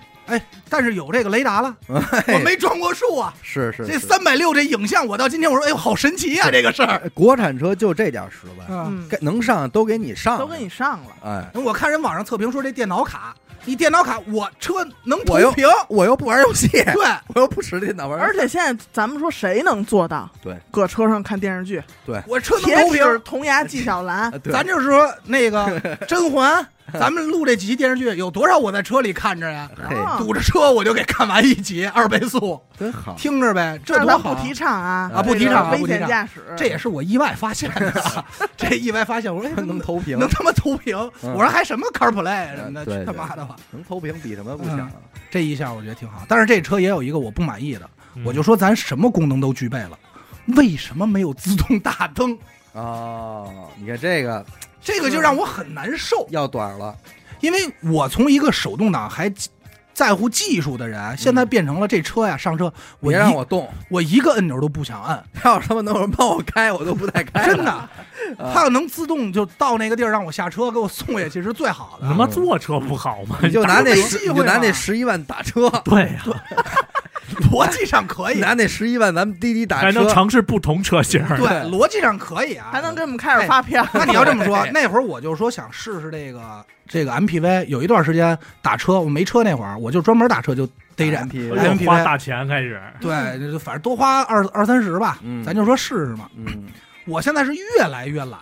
但是有这个雷达了，我 [laughs] 没撞过树啊。哎是是这三百六这影像，我到今天我说，哎呦，好神奇啊，这个事儿。哎国产车就这点实在，嗯，嗯该，能上都给你上，都给你，上了，哎，我看人网上测评说这电脑卡，你电脑卡我车能投我又屏，我又不玩游戏， [laughs] 对，我又不使电脑玩，而且现在咱们说谁能做到？对，搁车上看电视剧，我车能铁投齿屏。铜牙纪晓岚，哎对咱就是说 [laughs] 那个甄嬛，咱们录这几集电视剧有多少我在车里看着呀？嘿，啊堵着车我就给看完一集，二倍速真好，听着呗，这但是多咱好不啊。提倡啊，啊不提这个倡啊危不提险倡驾驶，这也是我意外发现 [laughs] 的，这意外发现，我说哎怎么能投屏能，他妈投屏，嗯我说还什么 CarPlay 什么的，嗯对去他妈的吧！嗯能投屏比什么不啊强？这一下我觉得挺好，但是这车也有一个我不满意的，嗯我就说咱什么功能都具备了，为什么没有自动大 [laughs] 灯？哦，你看这个这个就让我很难受，要短了，因为我从一个手动挡还在乎技术的人，现在变成了这车呀上车，我一别让我动，我一个按钮都不 [laughs] 想按，要是他妈能有人帮我开，我都不带开了， [laughs] 真的，它要能自动就到那个地儿让我下车，给我送下去是最好你嗯他的。妈坐车不好吗？你就拿那十，有机会你就拿那嘛十一万打车，对呀，逻辑上可以，拿那十一万咱们滴滴打还能车，，尝试不同车型儿。对，逻辑上可以啊，还能给我们开始发票， [laughs] 那你要这么说那会儿我就说想试试这个这个 MPV，有一段时间打车，我没车那会儿，我就专门打车就逮着打。MP 我哎就花大钱开始，对，就反正多花二二三十吧，嗯咱就说试试嘛。嗯我现在是越来越懒，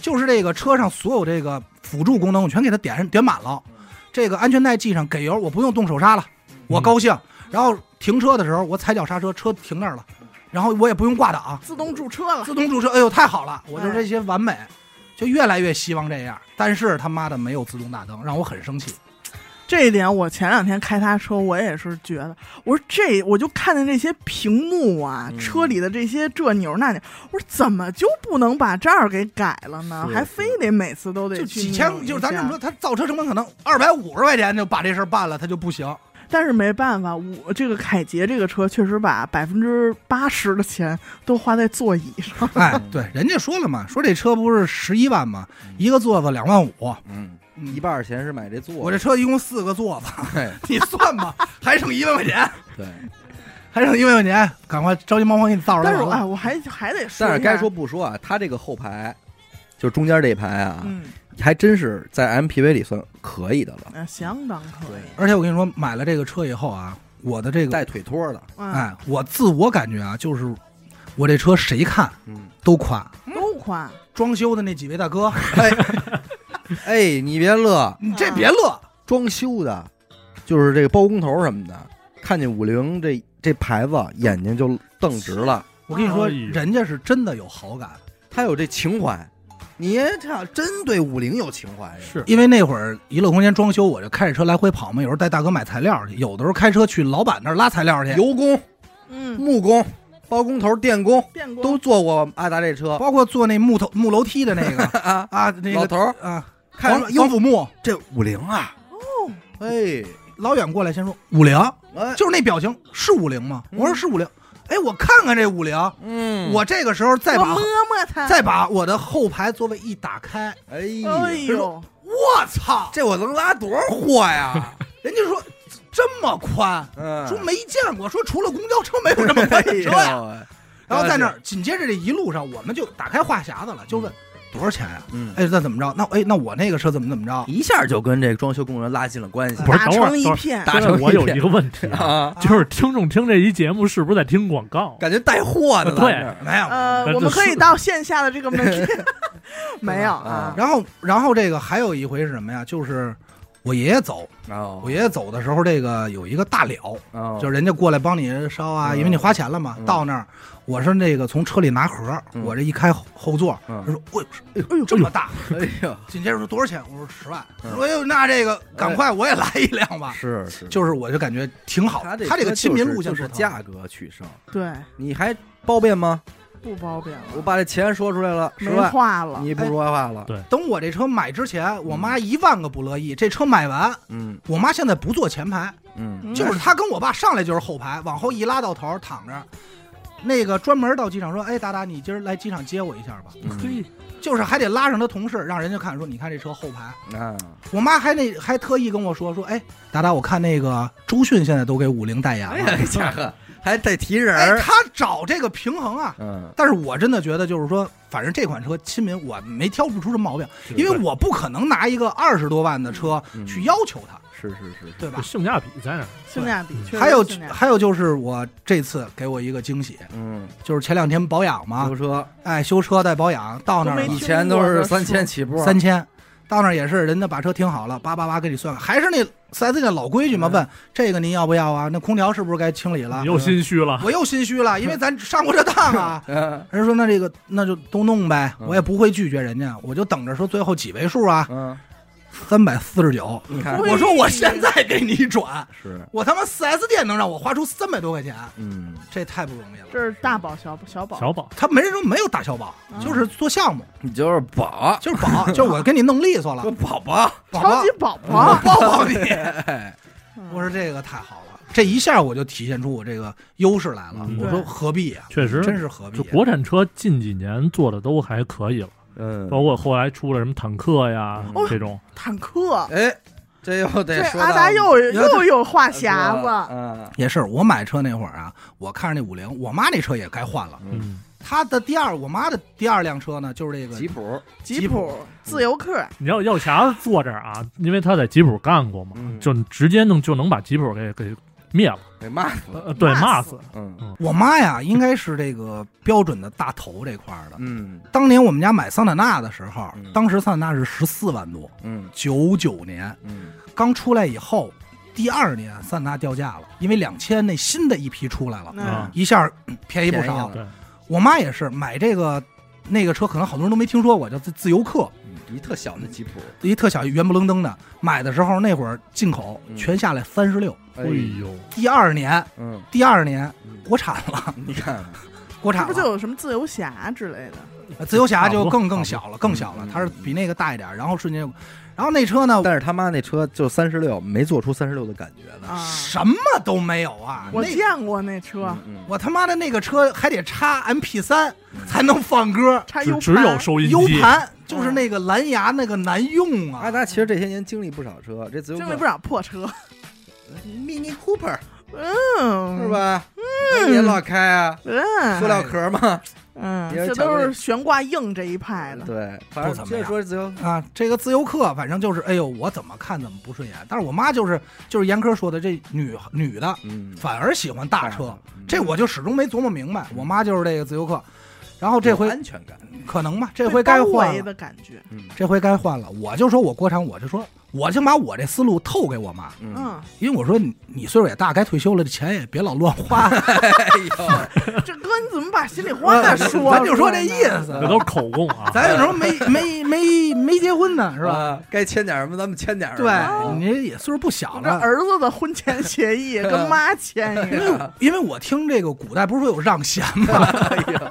就是这个车上所有这个辅助功能我全给它点点满了，嗯这个安全带系上，给油我不用动手刹了，我高兴。然后停车的时候我踩脚刹车，车停那儿了，嗯然后我也不用挂档，自动驻车了，自动驻车，哎呦，太好了！我嗯就这些完美，就越来越希望这样。但是他妈的没有自动大灯，让我很生气。这一点我前两天开他车，我也是觉得，我说这我就看见这些屏幕啊，嗯车里的这些这钮那钮，我说怎么就不能把这儿给改了呢？是还非得每次都得就去几拧千，一就是咱这下么说，他造车成本可能二百五十块钱就把这事儿办了，他就不 [laughs] 行。但是没办法，我这个凯捷这个车确实把百分之八十的钱都花在座椅上，哎，对，人家说了嘛，说这车不是十一万嘛，嗯一个座子两万五，嗯，嗯一半儿钱是买这座，我这车一共四个座子， [laughs] 对你算 [laughs] 吧，还剩一万块钱，对，还剩一万块钱，赶快着急忙慌给你造出来但是完哎，了。我还还得说，但是该说，不说啊，它这个后排，就中间这排啊，嗯，还真是在 MPV 里算可以的了，那相当可以，而且我跟你说，买了这个车以后啊，我的这个带腿托的， [laughs] 嗯，哎，我自我感觉啊，就是我这车谁看嗯，都夸。都夸，装修的那几位大哥，哎哎，你别乐，你这别乐，装修的，就是这个包工头什么的，看见五菱这这牌子，眼睛就瞪直了，我跟你说，哎呦人家是真的有好感。他有这情怀。你这真对五菱有情怀，是因为那会儿娱乐空间装修，我就开着车来回跑嘛，有时候带大哥买材料去，有的时候开车去老板那儿拉材料去，油工、嗯，木工、包工头、电工电工都坐过阿达这车包括做那木头木楼梯的那个 [laughs] 啊。啊，那老个头儿啊，看黄英英府木，这五菱啊，哦，哎老远过来先说五菱，哎，就是那表情是五菱吗？嗯我说是五菱，哎，我看看这五菱，嗯我这个时候再我把摸摸 [laughs] 它，再把我的后排座位一打开，哎哎呀，呦，我操，这我能拉多少货 [laughs] 呀？人家说这么宽，嗯哎说没见过，说除了公交车没有这么宽的 [laughs] 车呀。呀，然后在那儿，紧接着这一路上，我们就打开话匣子了，就问多少钱呀、嗯，哎，那怎么着？那哎，那我那个车怎么怎么着？一下就跟这装修工人拉近了关系不是打等会儿成一等会儿片，打现在成一我有片一个问题啊，啊，就是听众听这一节目是不是在听广告？感觉带货的对来这儿没有。呃，那我们就可以是到线下的这 [laughs] 个门店，没有啊啊，然后，然后这个还有一回是什么呀？就是我爷爷走，哦我爷爷走的时候，这个有一个大了，哦就是人 [laughs] 家过来帮你烧啊，嗯因为你花钱了嘛嗯。到那儿，我是那个从车里拿盒，嗯我这一开后后座，嗯他说：“哎呦，哎呦，这么大！”哎呦，紧接着说多少钱？我说十万。嗯我说：“哎呦，那这个赶快我也来一辆吧。” [laughs] 是是，就是我就感觉挺好，他这他这车个亲民就是路线就是不错价格取胜，啊对，你还包辩吗？不包贬了，我把这钱说出来了，十没万，话了，你不说话了对，等我这车买之前，我妈一万个不乐意。这车买完，嗯我妈现在不坐前排，嗯嗯就是她跟我爸上来就是后排，往后一拉到头躺着。那个专门到机场说：“哎，达达，你今儿来机场接我一下吧。嗯嘿，”就是还得拉上他同事，让人家看说：“你看这车后排。啊，”我妈还那还特意跟我说说：“哎，达达，我看那个周迅现在都给五菱代言哎了。呀，家伙 [laughs] 还得提人哎”儿，她找这个平衡啊。嗯，但是我真的觉得，就是说，反正这款车亲民，我没挑不出什么毛病，因为我不可能拿一个二十多万的车嗯去要求他，是是是，对吧这？性价比在哪儿？性价比确实还有性价比还有就是我这次给我一个惊喜，嗯，就是前两天保养嘛修，车哎，修车带保养到那儿都没以了前都是三千起步，三千，到那儿也是人家把车停好了，叭叭叭给你算，还是那四 S 店老规矩嘛，嗯。问这个您要不要啊？那空调是不是该清理了你？又心虚了，啊我又心虚了，因为咱上过这当啊嗯人家说那这个那就都弄呗，嗯我也不会拒绝人家，我就等着说最后几位数啊，嗯，三百四十九。你看我哎我说我现在给你转，是，我他妈四 S 店能让我花出三百多块钱，嗯，这太不容易了。这是大宝小宝小宝，小宝，他没人说没有打小保，嗯就是做项目，你就是宝，就是保，就是我给你弄利索了说，宝宝，宝超宝级宝我宝，抱抱你。嗯我说这个太好了，这一下我就体现出我这个优势来了嗯。我说何必呀？确实，真是何必就呀？国产车近几年做的都还可以了，嗯包括后来出了什么坦克呀嗯哦这种，坦克，哎，这又得这说阿到达又要又有话匣子，嗯也是我买车那会儿啊，我看着那五菱，我妈那车也该换了。嗯，嗯，她的第二，我妈的第二辆车呢，就是这个吉普，吉普自由客，你要药匣子坐这儿啊，因为他在吉普干过嘛，嗯就直接弄就能把吉普给给灭了，给骂死了，呃，对，骂骂死死，嗯我妈呀，应该是这个标准的大头这块儿的。嗯当年我们家买桑塔纳的时候嗯，当时桑塔纳是十四万多，嗯九九年嗯，刚出来以后，第二年桑塔纳掉价了，因为两千那新的一批出来了，嗯啊，一下嗯便宜不便宜少了。对，我妈也是买这个那个车，可能好多人都没听说过，叫自自由客嗯。一特小的吉普，一特小圆不楞登的，买的时候那会儿进口嗯全下来三十六，嗯哎，呦，第二年嗯， [laughs] 第二年嗯国产了，你看，啊国是产不是就了，有什么自由侠之类的？自由侠就更差不多更小了，更小了嗯，它是比那个大一点儿，然后瞬间就，然后那车呢但是他妈那车就三十六，没做出三十六的感觉呢。啊，什么都没有啊，我那见过那车，嗯嗯我他妈的那个车还得插 MP 三才能放歌插 U 只只有收音，U 机，盘就是那个蓝牙那个难用啊阿，达其实这些年经历不少车，这自由经历客不少破车， Mini Cooper 嗯，是？吧？那也老开啊，塑嗯料壳嘛。嗯，也是这巧都克力是悬挂硬这一派哎的。对，反正接着说自由，啊，这个自由客，反正就是，哎呦，我怎么看怎么不顺眼。但是我妈就是就是严科说的，这女女的嗯，反而喜欢大哎车，，这嗯我我就始终没琢磨明白。我妈就是这个自由客，然后这回安全感，可能吧，这回该被包换围了，的感觉，嗯这回该换了。我就说我国产，我就说我就把我这思路透给我妈，嗯，嗯，因为我说你你岁数也大，该退休了，这钱也别老乱 [laughs] 花。哎 [laughs] 呦，嗯这哥你怎么把心里话 [laughs] 说？咱就说这意，思，那都是口供啊。咱有时候没没没没结婚呢，是吧？吧？啊该签点什么，咱们签点什对，么。你这也岁数不小我这了，儿子的婚前协议跟妈签一因个，为因为我听这个古代不是说有让贤啊吗？对，哎呦，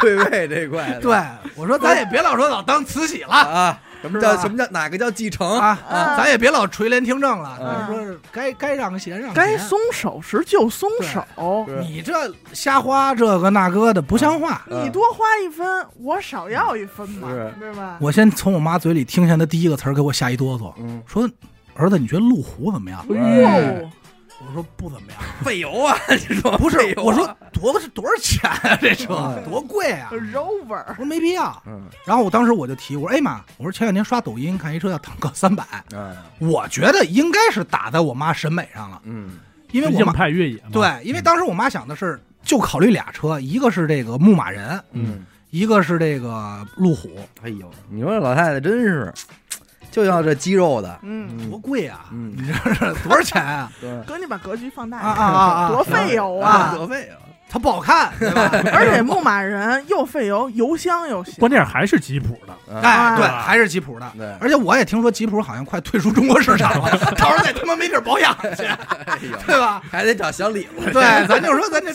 对位这块的， [laughs] 对，我说咱也别老说老当慈禧了啊，什么是叫吧什么叫哪个叫继承？啊，啊咱也别老垂帘听政了，嗯咱说是该该让贤让贤该。松手时就松手。是你这瞎花这个那个的不像话。嗯你多花一分，我少要一分嘛是，对吧？我先从我妈嘴里听见的第一个词儿给我吓一哆嗦，嗯，说儿子，你觉得路虎怎么样？哇，我说不怎么样，费油啊，你说 [laughs] 不是费油，啊我说多是多少钱啊？这车嗯 [laughs] 多贵啊！哎我，Rover，说没必要。嗯然后我当时我就提，我说哎妈，我说前两天刷抖音看一车叫坦克三百，嗯我觉得应该是打在我妈审美上了，嗯因为我硬妈派越野嘛，对，因为当时我妈想的是就考虑俩车，一个是这个牧马人，嗯，一个是这个路虎，哎呦，你说这老太太真是就要这肌肉的，嗯，多贵啊！嗯你这是多少钱啊？对，哥你把格局放大啊一啊点，啊啊！ [laughs] 多费油啊啊！多费油，它不好看，对吧？而且牧马人又费油，油箱又小，关键还是吉普的，哎，对，啊还是吉普的。对，而且我也听说吉普好像快退出中国市场了，到时候再他妈没地儿保养去，哎呦，对吧？ [laughs] 还得找小礼物， [laughs] 对，咱就说咱这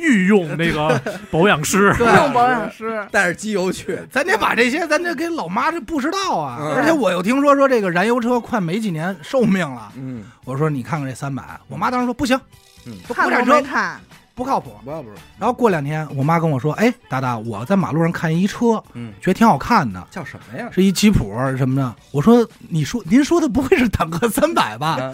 御用 [laughs] 那个保养师不对用保养师，带着机油去，咱得把这些，咱这给老妈这不知道啊。嗯而且我又听说说这个燃油车快没几年寿命了，嗯，我说你看看这三百，我妈当时说不行，嗯国看产都没车看，不靠谱。不要不是，然后过两天，我妈跟我说，哎，达达，我在马路上看一车，嗯，觉得挺好看的，叫什么呀？是一吉普什么的。我说，你说您说的不会是坦克三百啊嗯吧？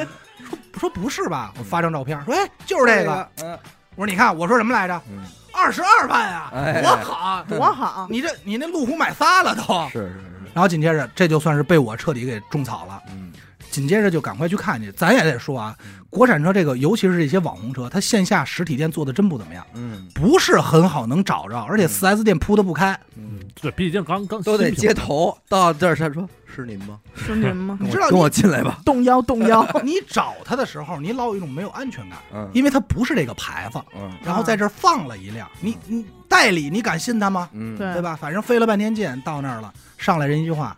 说不是吧？我发张照片，说哎，就是这个。，嗯我说你看，我说什么来着？嗯，二十二万啊，哎多好啊！多好！你这你那路虎买仨了都。是是是，然后紧接着，这就算是被我彻底给种草了。嗯紧接着就赶快去看去，咱也得说啊嗯，国产车这个，尤其是这些网红车，它线下实体店做的真不怎么样，嗯不是很好能找着，而且嗯四 S 店铺的不开。嗯，对，毕竟刚刚都得新品接头，到这儿他说是您吗？是您吗？你知道跟我进来吧，动腰动腰，你找它的时候，你老有一种没有安全感，嗯因为它不是这个牌子，嗯然后在这儿放了一辆，你你代理你敢信他吗？嗯，对对吧？反正费了半天劲到那儿了，上来人一句话，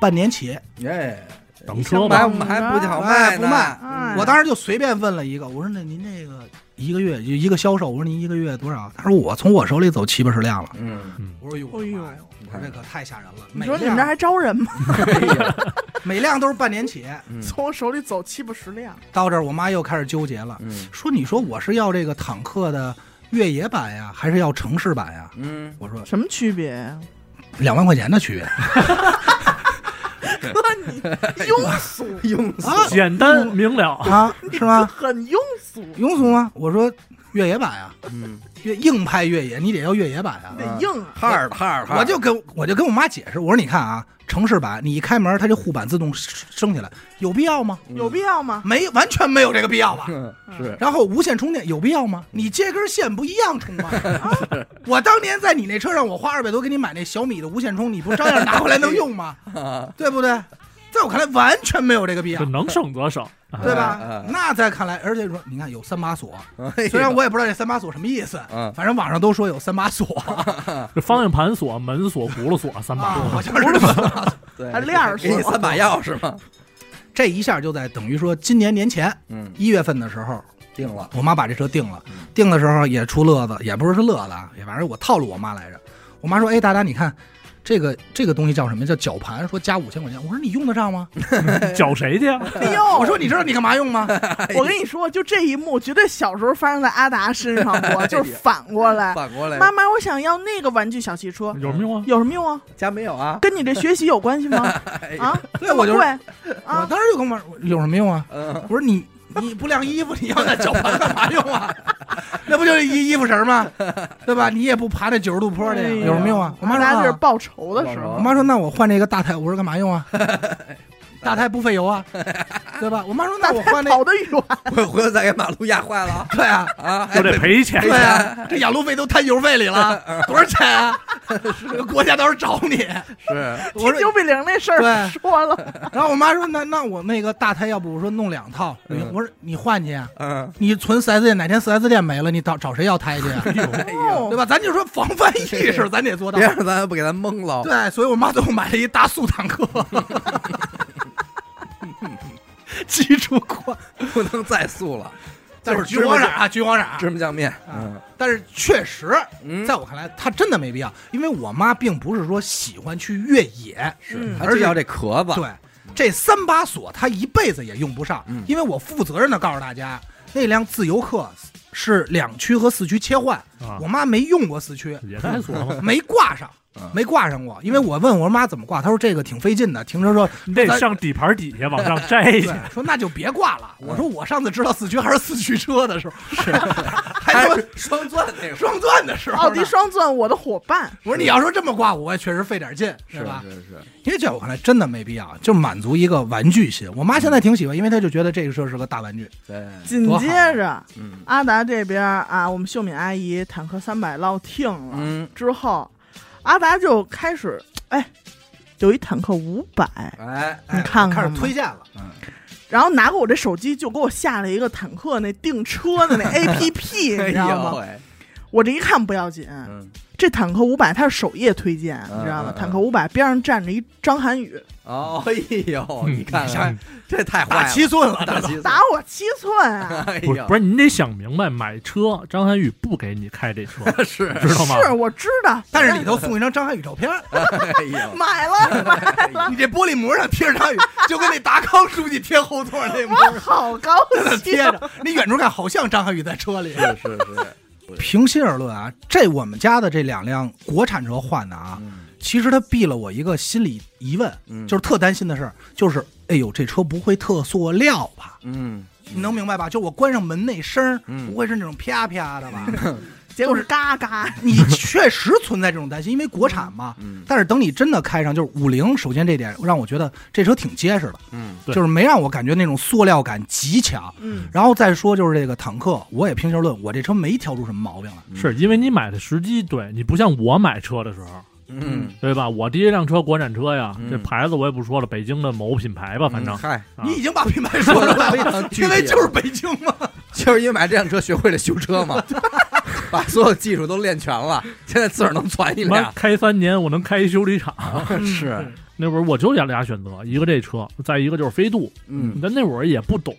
半年起。耶，等车买吧我，们还不好哎不呢，卖哎我当时就随便问了一个，我说那您这个一个月就一个销售，我说您一个月多少？他说我从我手里走七八十辆了。嗯，我说哟，我哎的呦妈呀！我说这可太吓人了，你每说你们这辆还招人吗？每辆都是半年起。嗯从我手里走七八十辆，到这儿，我妈又开始纠结了，嗯说你说我是要这个坦克的越野版呀，还是要城市版呀？嗯，我说什么区别呀？两万块钱的区别哥， [laughs] 你庸俗，庸啊简单明了， [laughs] 啊，你是吗？很庸俗，庸俗吗？我说越野版呀，嗯，越硬派越野，你得要越野版呀。得硬啊！哈尔的哈尔的，我就跟我就跟我妈解释，我说你看啊，城市版你一开门，它这护板自动升起来，有必要吗？有必要吗？没，完全没有这个必要吧。 [laughs] 嗯是然后无线充电有必要吗？你接根线不一样充吗？ [laughs] 啊，我当年在 [laughs] 你那车上，我花二百多给你买那小米的无线充，你不照样拿回来能用吗？对不对？在我看来完全没有这个必要就，能省则省。对哎吧哎？那在看来，而且说你看有三把锁，哎呦虽然我也不知道这三把锁什么意思，嗯反正网上都说有三把锁，这方向盘锁、门锁、轱辘锁三把哦啊，，好像是三把锁。对还亮着给你说三把钥匙嘛，这一下就在等于说今年年前嗯，一月份的时候，定了，我妈把这车定了，定的时候也出乐子，也不是是乐子啊，也反正我套路我妈来着。我妈说：“哎，达达，你看这个这个东西叫什么？叫绞盘，说加五千块钱。”我说：“你用得 [laughs] 上吗搅谁去啊？哎？”我呦，说：“你知道你干嘛用吗？”我跟你说，就这一幕绝对小时候发生在阿达身上 [laughs] 过，就是反过来。反过来妈妈，我想要那个玩具小汽车，有什么用啊？有什么用啊？家没有啊？跟你这学习有关系 [laughs] 吗？啊，哎对，我就贵我啊！当时就跟我妈说有什么用啊？嗯我说你你不晾衣服，你要那绞盘干嘛用啊？ [laughs] 那不就是一衣服绳吗？对吧？你也不爬那九十度坡去，哎呀有什么用啊？我妈说大家这是啊，报仇的时报候仇，我妈说那我换这个大胎，我说干嘛用 [laughs] 啊？大胎不费油啊，对吧？我妈说那我换那跑得远，回回头再给马路压坏了啊对啊。啊， [laughs] 还就得赔钱对。啊，这养路费都摊油费 [laughs] 里嗯了，多少钱啊？国家到时候找你。是 [laughs] 我说九比零那事儿对说了， [laughs] 然后我妈说那那我那个大胎，要不我说弄两套，嗯我说你换去啊，嗯，你存四 S 店，哪天四 S 店没了，你找找谁要胎去啊？哎对哦吧？咱就说防范意识，咱得做到别。让咱不给咱蒙了。对，所以我妈最后买了一大速 [laughs] 坦克， [laughs] 基础款，不能再素了，但就是是橘黄色啊，橘黄色啊。芝麻酱面，啊嗯但是确实，嗯，在我看来，它真的没必要，因为我妈并不是说喜欢去越野，是，嗯而还且要这壳子，对，这三把锁她一辈子也用不上嗯，因为我负责任的告诉大家，那辆自由客是两驱和四驱切换，啊我，妈没用过四驱，嗯也带锁嘛，没挂上嗯，没挂上过。因为我问我妈怎么挂，她说这个挺费劲的，停车说你得上底盘底下往上哎摘去对。，说那就别挂了。我嗯说我上次知道四驱还是四驱车的时候，是 [laughs] 还还说是双钻那个，双钻的时候呢。奥迪双钻，我的伙伴，我说你要说这么挂，我也确实费点劲，是吧？是是，因为在我看来真的没必要，就满足一个玩具心。我妈现在挺嗯喜欢，因为她就觉得这个车是个大玩具。对，紧接着嗯阿达这边啊，我们秀敏阿姨坦克三百落听了、嗯，之后，阿达就开始哎，有一坦克五百，哎，哎你看我开看始吧推荐了，然后拿过我这手机就给我下了一个坦克那订车 [laughs] 的那 APP，哎你知道呦吗？喂，我这一看不要紧，嗯，这坦克五百它是首页推荐，你知道吗嗯？嗯坦克五百边上站着一张涵予，哦，哎呦，嗯你看哎看你想，这太坏打了，七寸了，打七，打我七寸 [laughs] 啊！哎不呦，是不是，你得想明白，买车张涵予不给你开这车，是是，知道吗？是我知道，但是里头送一张张涵予照片，哎呦， [laughs] 买了买了，你这玻璃膜上贴着张涵予，就跟那达康书记贴后座那 [laughs] 膜 [laughs] 我好高贴兴。着，你远处看好像张涵予在车里。是是是，平心而论啊，这我们家的这两辆国产车换的啊，嗯其实它避了我一个心理疑问，嗯就是特担心的事儿，就是哎呦，这车不会特塑料吧？嗯，你能明白吧？就我关上门那声儿，嗯不会是那种啪 [laughs] 啪的吧？结果是嘎嘎，你确实存在这种担心，因为国产嘛。嗯但是等你真的开上，就是五菱，首先这点让我觉得这车挺结实的，嗯对就是没让我感觉那种塑料感极强。嗯，然后再说就是这个坦克，我也平心而论，我这车没挑出什么毛病来。是因为你买的时机对，你不像我买车的时候，嗯，对吧？我第一辆车国产车呀，嗯这牌子我也不说了，北京的某品牌吧，反正嗯嗨，啊你已经把品牌说出来非了常， [laughs] 具体因为就是北京嘛。就是因为买这辆车学会了修车嘛， [laughs] 把所有技术都练全了，现在自个儿能攒 [laughs] 一妈辆，开三年我能开一修理厂。 [laughs] 是，那会儿我就俩俩选择，一个这车，再一个就是飞度。嗯但那会儿也不懂，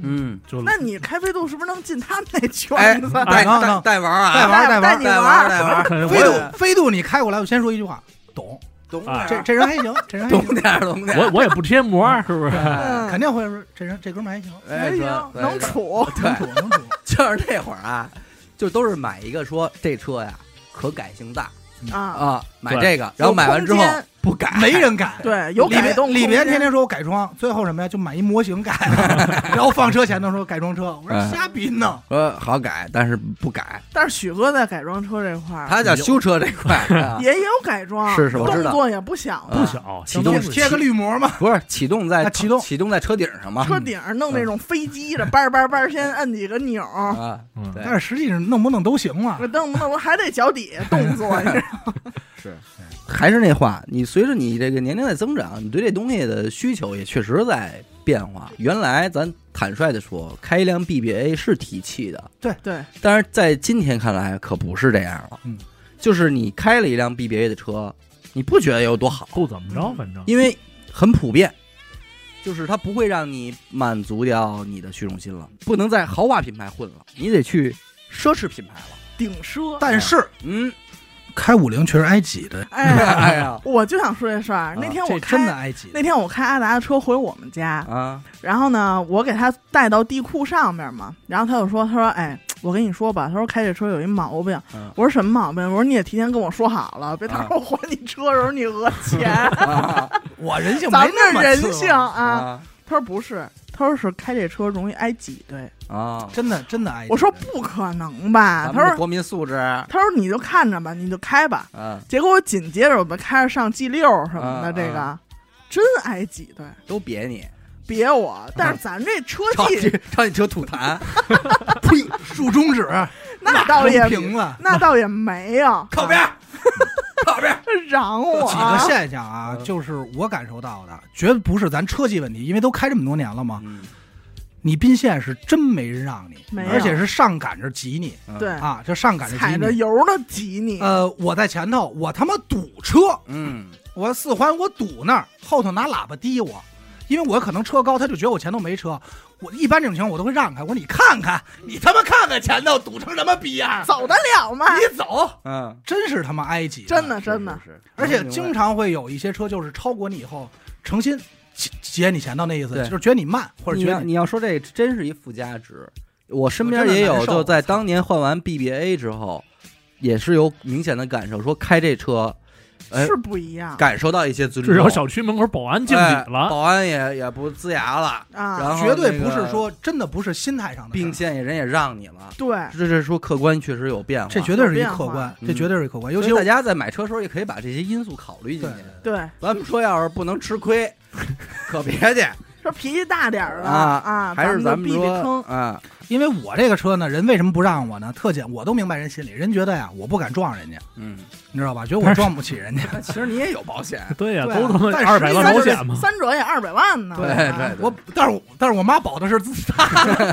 嗯，就那你开飞度是不是能进他们那哎圈，子？带能带能带玩儿啊，带玩儿带玩儿你带玩儿，儿，带玩儿，可能我飞也度飞度，你开过来，我先说一句话，懂懂啊这这人还行，这人还懂行，点儿，懂点我儿，我也不贴膜，是不是？啊嗯 [laughs] 肯定会说这人这哥们儿还行，哎还行说，对能 [laughs] 对处。能处能处。就是那会儿啊，就都是买一个说这车呀可改性大啊，啊，买对这个，然后买完之后有空间不改，没人改。对，有嗯里改边动空间。里边天天说我改装，最后什么呀，就买一模 [laughs] 型改，然后放车前头说改装车，我哎说瞎逼弄。说好改，但是不改，但是许哥在改装车这块儿，他叫修车这块啊，也也有改装，是是我知道动作也不小啊不了，小，启动相当是于贴个绿膜嘛， [laughs] 不是启动在啊启动启动在车顶上嘛，车顶上弄那种飞机的，叭儿叭儿叭儿，先摁几个钮儿，啊，嗯哎对但是实际上弄不弄都行嘛我。弄不弄还得脚底下动作，你知道吗是，还是那话，你随着你这个年龄在增长，你对这东西的需求也确实在变化。原来咱坦率的说，开一辆 BBA 是提气的，对，但是在今天看来可不是这样了。嗯，就是你开了一辆 BBA 的车，你不觉得有多好，不怎么着，反正因为很普遍，就是它不会让你满足掉你的虚荣心了，不能在豪华品牌混了，你得去奢侈品牌了。顶奢。但是嗯， [laughs] 开五菱却是挨挤的，哎哎，呀我就想说这事儿。那天我这真的开挨挤的那。天我开阿达的车回我们家，啊，然后呢，我给他带到地库上面嘛，然后他就说：“他说，哎，我跟你说吧，他说开这车有一毛病。嗯我说：“什么毛病？”我说：“你也提前跟我说好了，别到时候还你车的时候你讹钱。 [laughs] 我人性没咱们那这么人次性了，啊。啊他说：“不是，他说是开这车容易挨挤兑。啊，真的真的挨挤的。我说：“不可能吧？”咱们他的说国民素质，：“他说你就看着吧，你就开吧。嗯，”结果我紧接着我们开着上 G 六什么的，嗯这个、真挨挤兑。都别你，别我，但是咱这车朝技你朝你车吐痰，呸，竖中指，那倒也都平啊 [laughs] 了。那倒也没有，靠边儿，靠边儿，他嚷这我哎几个现象啊，嗯就是我感受到的，绝不是咱车技问题，因为都开这么多年了嘛。嗯你宾县是真没人让你，没有而且是上赶着挤你对，啊，这上赶着踩挤着你。油的挤你，呃，我在前头，我他妈堵车，嗯，我四环我堵那儿，后头拿喇叭滴我，因为我可能车高，他就觉得我前头没车。我一般这种情况我都会让开，我说你看看，你他妈看看前头堵成什么逼样儿，走得 [laughs] 了吗？ [laughs] 你走，嗯，真是他妈挨挤，啊真的真的，是，是而且经，常会有一些车就是超过你以后，诚心截截你前头那意思，对就是觉得你慢或者你觉要得你你要说这真是一附加值，我身边我真的也有，难受就在我操当年换完 BBA 之后，也是有明显的感受，说开这车，哎是，不一样感受到一些尊重，至少小区门口保安敬哎礼了，保安也也不龇牙了，啊。然后绝对那不个 [laughs] 是说真的不是心态上的事儿，并线也人也让你了，对，这是说客观确实有变化，哎这绝对是一变化客观，啊嗯这绝对是一客观，尤所其以大家在买车时候也可以把这些因素考虑进对去。对，咱们说要是不能吃亏，可别 [laughs] 去，说脾气大点儿的啊啊，还是咱咱们们就避避说坑，啊，因为我这个车呢，人为什么不让我呢？特简，我都明白人心里，人觉得呀，我不敢撞人家，嗯， [laughs] 你知道吧？觉得我撞不起人家。哎其实你也有保险，对呀，对啊都他妈但二实百际万上保就是险嘛， [laughs] 三者也二百万呢。对啊对对我但是我但是我妈保的是自杀，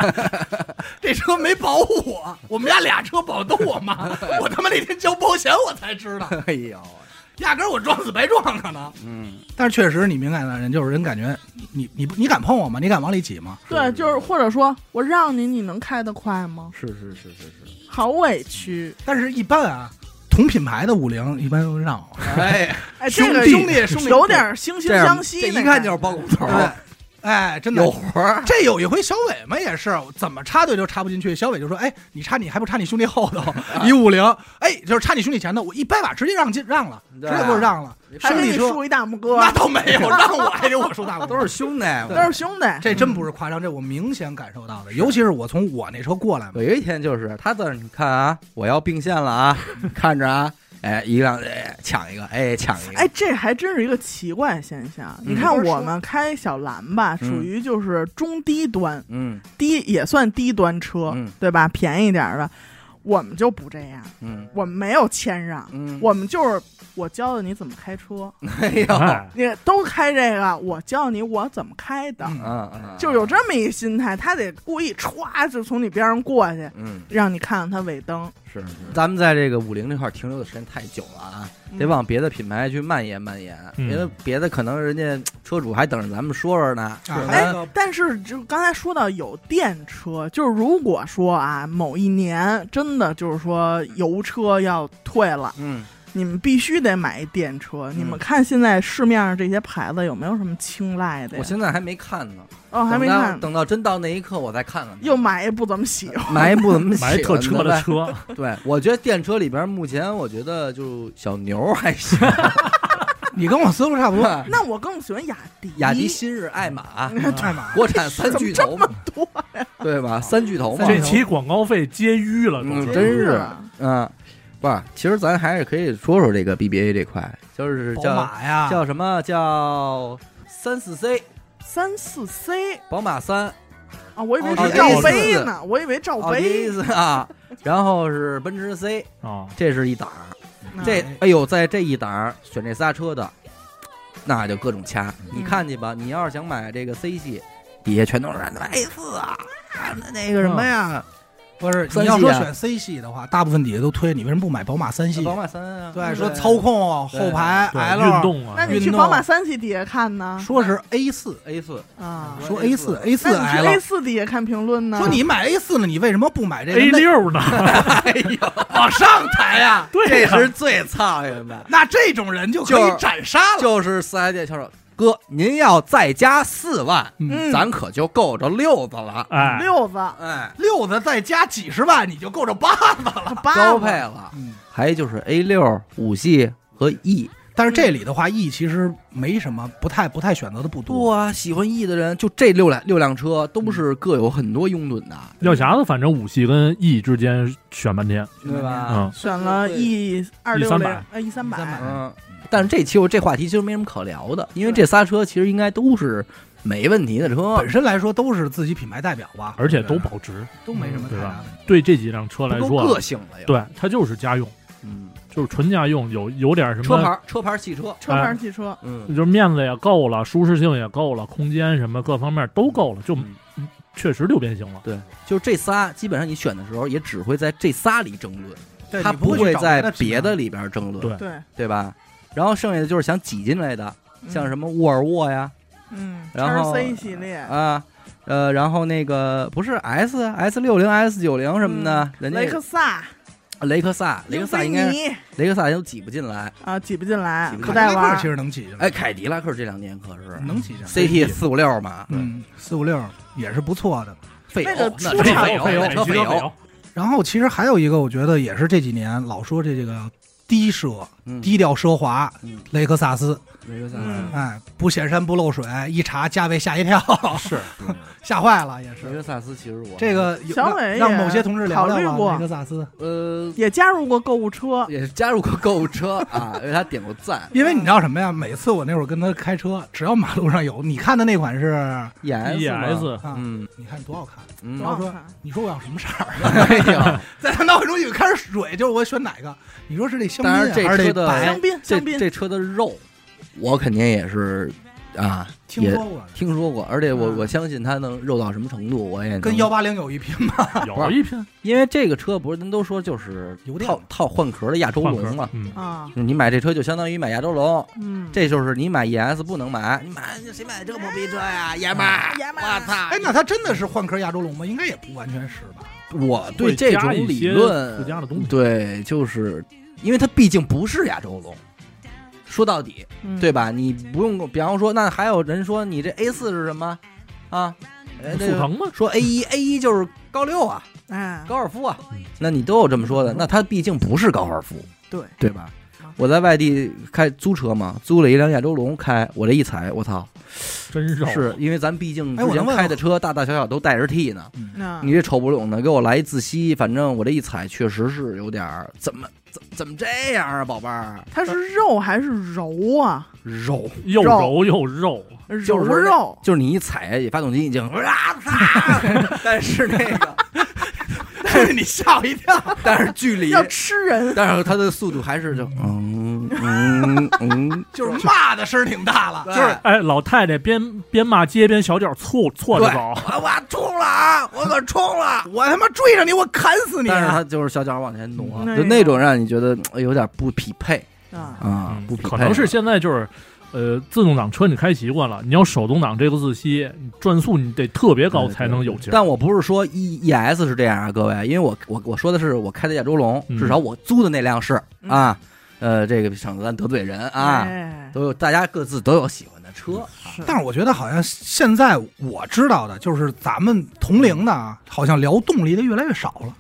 [laughs] 这车没保我，我们家俩车保的都我妈， [laughs] 我他妈那天交保险我才知道，哎呦，压根儿我撞死白撞可能。嗯，但是确实，你敏感的人就是人感觉你你你不你敢碰我吗？你敢往里挤吗？对，就是或者说我让你，你能开得快吗？是是是是是，好委屈，但是一般啊，同品牌的五菱一般都让我。哎，哎，这兄个弟兄弟兄弟有点惺惺这样相惜这那感觉，一看就是包工头， [laughs] 对，哎，真的有活儿，这有一回小伟嘛也是，怎么插队就插不进去。小伟就说：“哎，你插你还不插你兄弟后头？ [laughs] 一五零，哎，就是插你兄弟前头，我一掰把直接让进让了，直对接给我让了。还兄给弟你车竖一啊大拇哥，那倒没有，让我还得我说 [laughs] 大哥都是兄弟。都是兄弟。这真不是夸张，这我明显感受到的，尤其是我从我那车过来嘛我，有一天就是他在那儿，你看啊，我要并线了啊，看着啊，哎，一辆哎抢一个，哎抢一个，哎，这还真是一个奇怪现象。你看我们开小蓝吧，嗯属于就是中低端，嗯低也算低端车，嗯对吧？便宜点儿的，我们就不这样，嗯我们没有谦让，嗯，我们就是我教的你怎么开车，哎呦，哎，你都开这个，我教你我怎么开的，嗯嗯嗯，就有这么一心态，他得故意歘就从你边上过去，嗯。让你看看他尾灯。是，是咱们在这个五菱这块儿停留的时间太久了啊，得往别的品牌去蔓延蔓延。嗯别的别的可能人家车主还等着咱们说说呢。啊是吧哎哎，但是就刚才说到有电车，就是如果说啊，某一年真的就是说油车要退了，嗯，你们必须得买一电车。你们看现在市面上这些牌子有没有什么青睐的我呀？现在还没看呢，哦，还没等到看，等到真到那一刻我再看看。又买一不怎么喜欢。买一部怎么买一特车的呗？车，对，我觉得电车里边目前我觉得就小牛还行，你跟我思路差 [laughs] 不 [laughs] 多。那我更喜欢雅迪，雅迪、新日、爱玛，爱玛，国产三巨头嘛，多对吧？三巨头嘛，这期广告费皆淤了嗯都。真是啊嗯，不是，其实咱还是可以说说这个 BBA 这块，就是宝叫马呀，叫什么叫三四 C 三四 C 宝马三啊，我以为奥是迪罩 A4 杯呢，哦我以为罩奥杯迪。A 四啊，然后是奔驰 C，啊，这是一档。这哎哎呦，在这一档儿选这仨车的，那就各种掐。你嗯看去吧，你要是想买这个 C 系，底下全都是 A 四啊，那那嗯个什么呀，不是三你要系说啊选 C 系的话，大部分底下都推你为什么不买宝马三系？宝马三啊，对，不说操控啊对后排对 L，运动那啊，你去运动宝马三系底下看呢？说是 A 四， A 四，啊，说 A A4 四 A 四那你去 A L，四底下看评论呢？说你买 A 四了，你为什么不买这个 A 六呢？哎呦， [laughs] 往上抬呀？对啊这呀、是最操心 [laughs] 的，那这种人就可就以斩杀了。就是四 S 店销售哥，您要再加四万，嗯咱可就够着六子了，哎，六子哎，六子再加几十万，你就够着八子了。八高子配了。嗯，还就是 A 六、五系和 E。但是这里的话，E 其实没什么，不太不太选择的不多。啊，喜欢 E 的人，就这六辆六辆车都是各有很多拥趸的，药匣子反正五系跟 E 之间选半天，对吧嗯？选了 E 二六零300呃 E 三百，嗯，但是这期我这话题其实没什么可聊的，因为这仨车其实应该都是没问题的车本，身来说都是自己品牌代表吧，而且对啊都吧保值。都没什么太大的问题。对这几辆车来不说够个啊，性了又。，对它就是家用，嗯，就是纯家用，有有点什车么，牌车牌汽车，车牌汽车，嗯，就是面子也够了，舒适性也够了，空间什么各方面都够了，就嗯确实六边形了。对，就这仨，基本上你选的时候也只会在这仨里争论，对它你不会会去找在它品别牌的里边争论，对对，对吧？然后剩下的就是想挤进来的，像什么么沃尔沃呀，嗯，然后 C 系列，啊，呃，然后那个不是 S S 六零 S 九零什么的，人家雷克萨、雷克萨，雷克萨应该英菲尼雷克萨都挤不进来。啊挤不进来挤，不不进带来凯迪拉克玩其，实能挤进来，哎，凯迪拉克这两年可是能挤进来。 CT 四五六嘛，嗯，四五六也是不错的。费那油个，那出车厂费油，费油，那车汽费车油，然后其实还有一个，我觉得也是这几年老说这这个低奢、嗯低调奢华，嗯雷克萨斯，雷克萨嗯哎，不显山不漏水，一查价位吓一跳， [laughs] 是吓坏了也雷是。克萨斯其实我这个有小伟也让某些同志聊考虑聊过吧，雷克萨斯，呃也加入过购物车，也是加入过购物车啊，为他点过赞因为你知道什么呀？每次我那会儿跟他开车，只要马路上有，你看的那款是嗯啊，，E 嘛 ES 嗯你看多好看。嗯多，好说看你说我要什么色儿？啊哎呀， [laughs] 在他脑海中有一开始水，就是我选哪个？你说是这香槟当然啊这还车的是这白？香槟哎这香槟，这车的肉，我肯定也是啊，听也说过，听说过，而且我嗯我相信它能肉到什么程度，我也能跟幺八零有一拼吗？有一拼因为这个车不是咱都说就是油电套套换壳的亚洲换龙壳嘛，，嗯，啊，你买这车就相当于买亚洲龙，嗯，这就是你买 ES 不能买，你买谁买这破逼车呀，爷们儿，爷们儿我操！哎，那它真的是换壳亚洲龙吗？应该也不完全是吧？我对这种理会加一些附加的东论，西对，就是因为它毕竟不是亚洲龙。说到底，嗯对吧？你不用，比方说，那还有人说你这 A 四是什么啊？嗯呃这速个腾吗？说 A 一 A 一就是高六啊，哎，高尔夫啊嗯，那你都有这么说的，嗯那它毕竟不是高尔夫，对对吧啊？我在外地开租车嘛，租了一辆亚洲龙开，我这一踩，我操！真肉是因为咱毕竟哎之我前能问开的车大大小小都带着 T 呢，那你这瞅不拢的，给我来一自吸，反正我这一踩确实是有点儿怎么怎怎么这样啊，宝贝儿，它是肉还是柔啊？肉又柔又肉，柔就是肉，就是你一踩发动机已经啊擦，但是那个但是你吓我一跳，但是距离要吃人，但是它的速度还是就嗯嗯嗯，就是骂的声儿挺大了，就是对哎，老太太边边骂街边小脚错错着对走，啊我冲了啊，我可冲了！ [laughs] 我他妈追上你，我砍死你！啊但是他就是小脚往前挪，啊嗯就那种让你觉得嗯有点不匹配啊，啊嗯，不匹配。可能是现在就是，呃，自动挡车你开习惯了，你要手动挡这个自吸，你转速你得特别高对才能有劲儿。但我不是说 E E S 是这样啊，各位，因为我我我说的是我开的亚洲龙，嗯至少我租的那辆是嗯啊，呃，这个省得咱得罪人啊，哎，都有大家各自都有喜欢的车啊，是，但是我觉得好像现在我知道的，就是咱们同龄的啊，好像聊动力的越来越少了。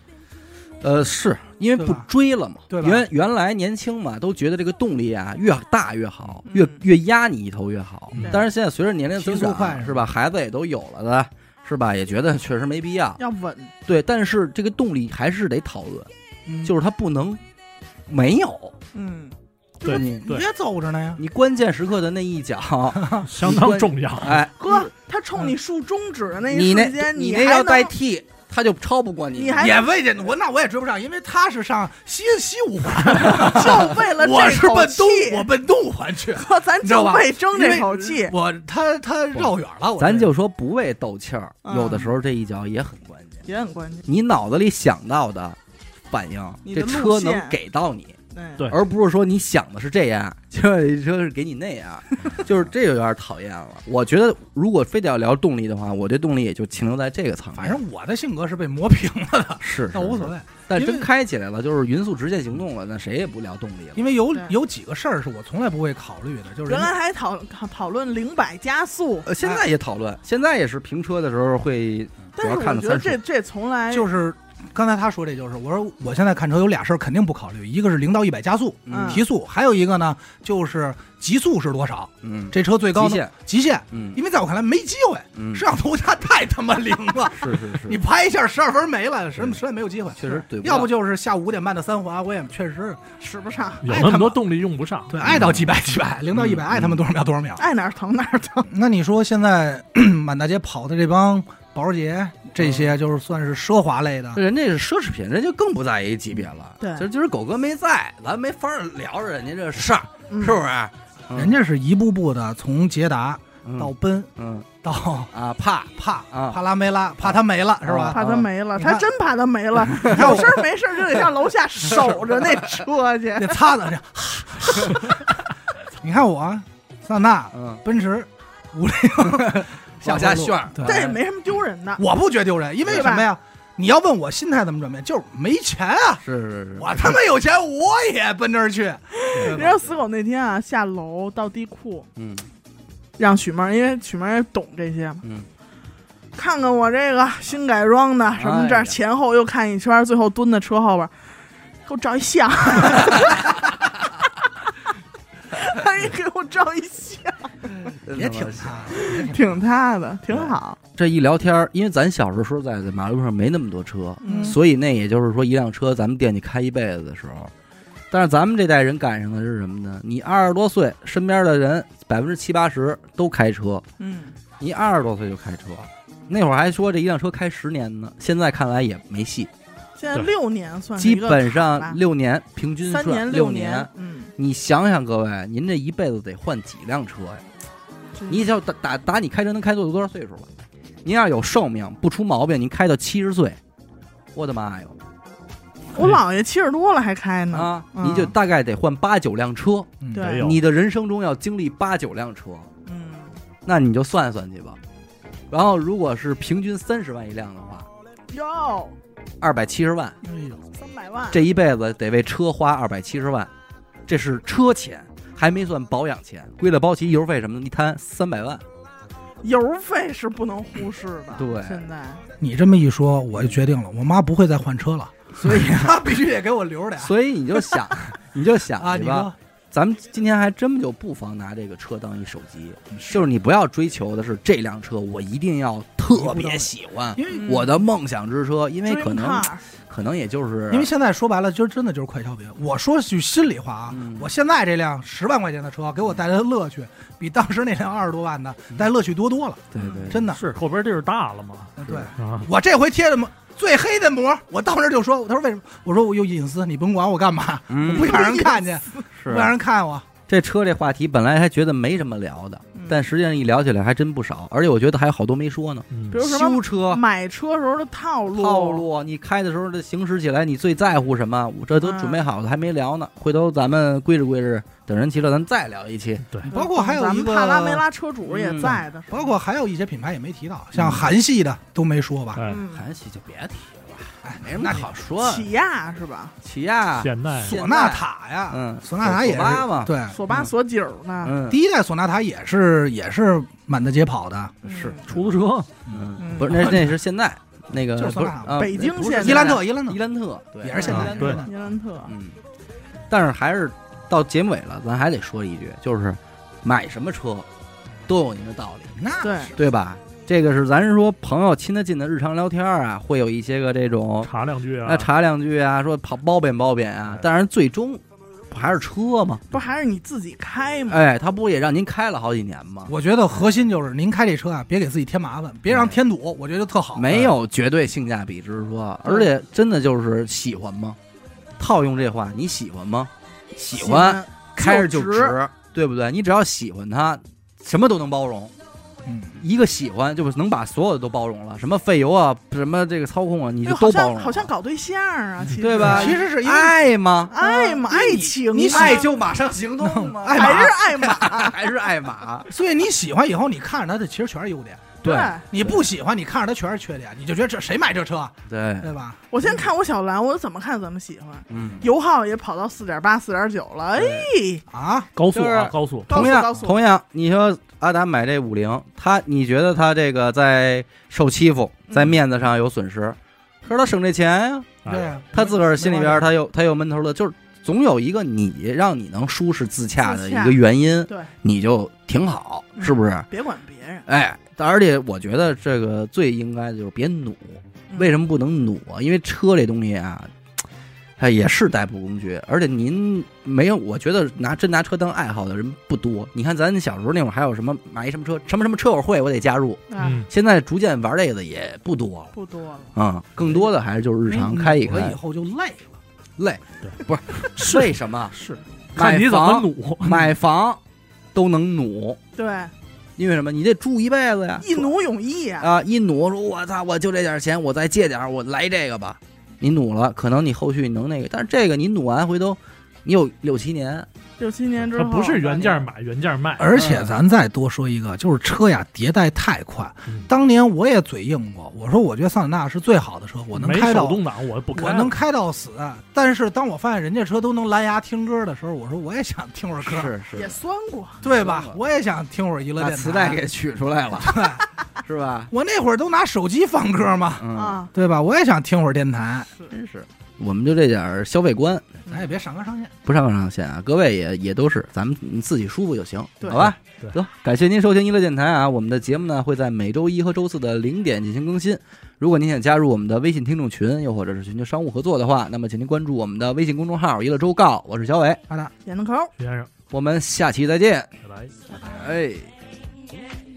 呃，是因为对不吧追了嘛，对吧原原来年轻嘛，都觉得这个动力啊越大越好，嗯越越压你一头越好对。但是现在随着年龄增提速快长，是吧，孩子也都有了的。是吧？也觉得确实没必要，要稳，对，但是这个动力还是得讨论，就是它不能没有嗯，对你你别走着呢呀！你关键时刻的那一脚，相当重要。哎，嗯哥，他冲你竖中指的那一你那瞬间，你还要能代替，他就超不过你。你还也未见我那我也追不上，因为他是上西西五环，就 [laughs] 为了我这是口奔气东，，我 [laughs] 奔东环去，我咱你知道就吧为争因这为嗯口气。我他他绕远了，我咱就说不为斗气儿，嗯有的时候这一脚也很关键。也很关键，你脑子里想到的反应，你这的车路线能给到你，对而不是说你想的是这样，结果这车是给你那样，就是这有点讨厌了。我觉得如果非得要聊动力的话，我对动力也就停留在这个层面。反正我的性格是被磨平了的，是那无所。是谓。但因为真开起来了，就是匀速直线行动了，那谁也不聊动力了。因为有对有几个事儿是我从来不会考虑的，就是原来还讨讨讨论零百加速，啊呃，现在也讨论，现在也是评车的时候会主但要是看的我觉参得数这。这从来就是刚才他说这就是，我说我现在看车有俩事儿肯定不考虑，一个是零到一百加速嗯提速，还有一个呢就是极速是多少，嗯，这车最高极能限，极限，嗯因为在我看来没机会，嗯，，摄像头它太他妈灵了 [laughs] 是是是，你拍一下十二分没了，实对实在没有机会，确实对不到要不就是下午五点半的三环，我也确实使不啊上，有哎那他么多妈动力用不上。对爱到几百几百，零到一百嗯爱他们多少秒多少秒。爱哪儿疼哪儿疼。那你说现在 [clears throat] 满大街跑的这帮保时捷这嗯些，就是算是奢华类的，人家是奢侈品，人家更不在意级别了。对就今儿狗哥没在，咱没法聊人家这事儿，嗯是不是？嗯人家是一步步的从捷达嗯到奔嗯到啊怕帕啊帕拉梅拉，怕它没了是吧？怕他没了，你看他真怕他没了。有事儿没事儿就得上楼下守着那车去。那擦的这， [laughs] 你看我啊桑塔纳、嗯奔驰、[laughs] 五菱，向下炫儿，对这也没什么丢人 [laughs] 的。我不觉得丢人，因为对吧什么呀？你要问我心态怎么转变，就是没钱啊！是是哎是，我他妈有钱，我也奔这儿去。你知道死狗那天啊，下楼到地库嗯让许妹儿，因为许妹儿也懂这些嘛，嗯看看我这个新改装的什么这哎呀儿，前后又看一圈，最后蹲在车后边儿，给我照 [laughs] 一相。哎，给我照一 [laughs] 相，也挺惨，也挺挺他的，挺好。这一聊天儿，因为咱小时候说实在的，马路上没那么多车，嗯所以那也就是说一辆车咱们惦记开一辈子的时候。但是咱们这代人赶上的是什么呢？你二十多岁，身边的人百分之七八十都开车，嗯，你二十多岁就开车，那会儿还说这一辆车开十年呢，现在看来也没戏，现在对六年算是基一个本坎儿吧上六年平均三算年六年。，嗯，你想想各位，您这一辈子得换几辆车呀？真你就打打打你开车能开到多少岁数了？您要有寿命，不出毛病，您开到七十岁，我的妈哟我姥爷七十多了还开呢，啊！嗯你就大概得换八九辆车，嗯没对，有你的人生中要经历八九辆车，嗯，那你就算算去吧。然后如果是平均三十万一辆的话，哟，二百七十万，哎呦，三百万，这一辈子得为车花二百七十万，这是车钱，还没算保养钱，归了包齐油费什么的，一摊三百万。油费是不能忽视的。对现在你这么一说，我就决定了，我妈不会再换车了，所以 [laughs] 她必须得给我留着点所以你就想，你就想啊！去你吧。说，咱们今天还真就不妨拿这个车当一手机，就是你不要追求的是这辆车，我一定要特别喜欢因为我的梦想之车，因为可 dream 能 car，可能也就是因为现在说白了，今儿真的就是快消品。我说句心里话啊嗯，我现在这辆十万块钱的车给我带来的乐趣，比当时那辆二十多万的带乐趣多多了，对对真的。是后边地儿大了嘛？对啊，我这回贴的膜最黑的膜，我到那儿就说，他说为什么？我说我有隐私，你甭管我干嘛，我嗯不想让人看见，不是想让人看我。这车这话题本来还觉得没什么聊的，嗯但实际上一聊起来还真不少，而且我觉得还有好多没说呢。嗯比，如什修么车买车时候的套路，套路，你开的时候这行驶起来你最在乎什么？我这嗯都准备好了，还没聊呢。回头咱们归置归置，等人齐了咱再聊一期。对，包括还有嗯咱一们个帕拉梅拉车主也在嗯的时候，包括还有一些品牌也没提到，像韩系的都没说吧？哎，嗯韩系就别提了，哎，没什么那你好说。起亚是吧？起亚，现代现索纳塔呀，嗯索纳塔也是索八嘛对，索八索九呢？嗯，第一代索纳塔也是也是满大街跑的，嗯是出租车，嗯，嗯不是那那是现在那个就是不是索纳塔啊北京不是现在伊兰特伊兰特伊，兰特啊对也是现代伊兰特啊对尼兰特，嗯，但是还是到结尾了，咱还得说一句，就是买什么车都有您的道理，那对，对吧？这个是咱是说朋友亲得近的日常聊天啊，会有一些个这种查两句啊那，查两句啊，说跑包贬包贬啊哎，但是最终不还是车吗？不还是你自己开嗯吗？哎，他不也让您开了好几年吗？我觉得核心就是您开这车啊，别给自己添麻烦，别让添堵，我觉得特好。哎没有绝对性价比之说，嗯而且真的就是喜欢吗？套用这话，你喜欢吗？喜欢，嗯开着就就值值，对不对？你只要喜欢它，什么都能包容。嗯，一个喜欢就是能把所有的都包容了，什么费油啊，什么这个操控啊，你就哎呦都好包像容了。嗯好像搞对象啊，其实对吧其实是因为爱吗？爱嘛，爱情啊，你爱就马上行动吗？爱还马是 [laughs] 爱嘛？还是爱马？所以你喜欢以后，你看着它的其实全是优点； [laughs] 对你不喜欢，你看着它全是缺点，你就觉得这谁买这车啊，对，对吧？我先看我小蓝，我怎么看怎么喜欢，嗯，油耗也跑到四点八、四点九了，哎，啊，高速就啊，是高速，高同速样高速同样，你说阿达买这五菱，他你觉得他这个在受欺负，在嗯面子上有损失，可是他省这钱呀、对哎，啊，他自个儿心里边没儿办法他又他又闷头乐，就是总有一个你让你能舒适自洽的自一洽个原因，对，你就挺好，嗯是不是？别管别人，哎，而且我觉得这个最应该的就是别努，嗯为什么不能努啊？因为车这东西啊，它也是代步工具，而且您没有，我觉得拿真拿车当爱好的人不多。你看咱小时候那会儿还有什么买一什么车，什么什么车友会，我得加入。啊嗯，现在逐渐玩这个的也不多了不多了，啊、更多的还是就是日常开一我开以，后就累了。累，不是为什么 [laughs] 是买看你怎么房努，买房都能努？对，因为什么？你得住一辈子呀，一奴永逸啊，啊，一努说，我操，我就这点钱，我再借点儿，我来这个吧。你努了，可能你后续能那个，但是这个你努完回头，你有六七年，六七年之它后啊不是原价买原价哎卖，而且咱再多说一个，就是车呀迭代太快嗯。当年我也嘴硬过，我说我觉得桑塔纳是最好的车，我能没开到手动挡我不开我了，能开到死。但是当我发现人家车都能蓝牙听歌的时候，我说我也想听会儿歌，也酸过，对吧疯了？我也想听会儿娱乐把电台。磁带给取出来 [laughs] 了，是吧？我那会儿都拿手机放歌嘛，嗯，啊，对吧？我也想听会儿电台。真是，我们就这点儿消费观，咱也别上纲上线。不上纲上线啊，各位也也都是，咱们嗯自己舒服就行，对好吧对？得，感谢您收听娱乐电台啊，我们的节目呢会在每周一和周四的零点进行更新。如果您想加入我们的微信听众群，又或者是寻求商务合作的话，那么请您关注我们的微信公众号“娱乐周告”，我是小伟，好的，眼子抠。徐先生，我们下期再见，来。哎。 Yeah.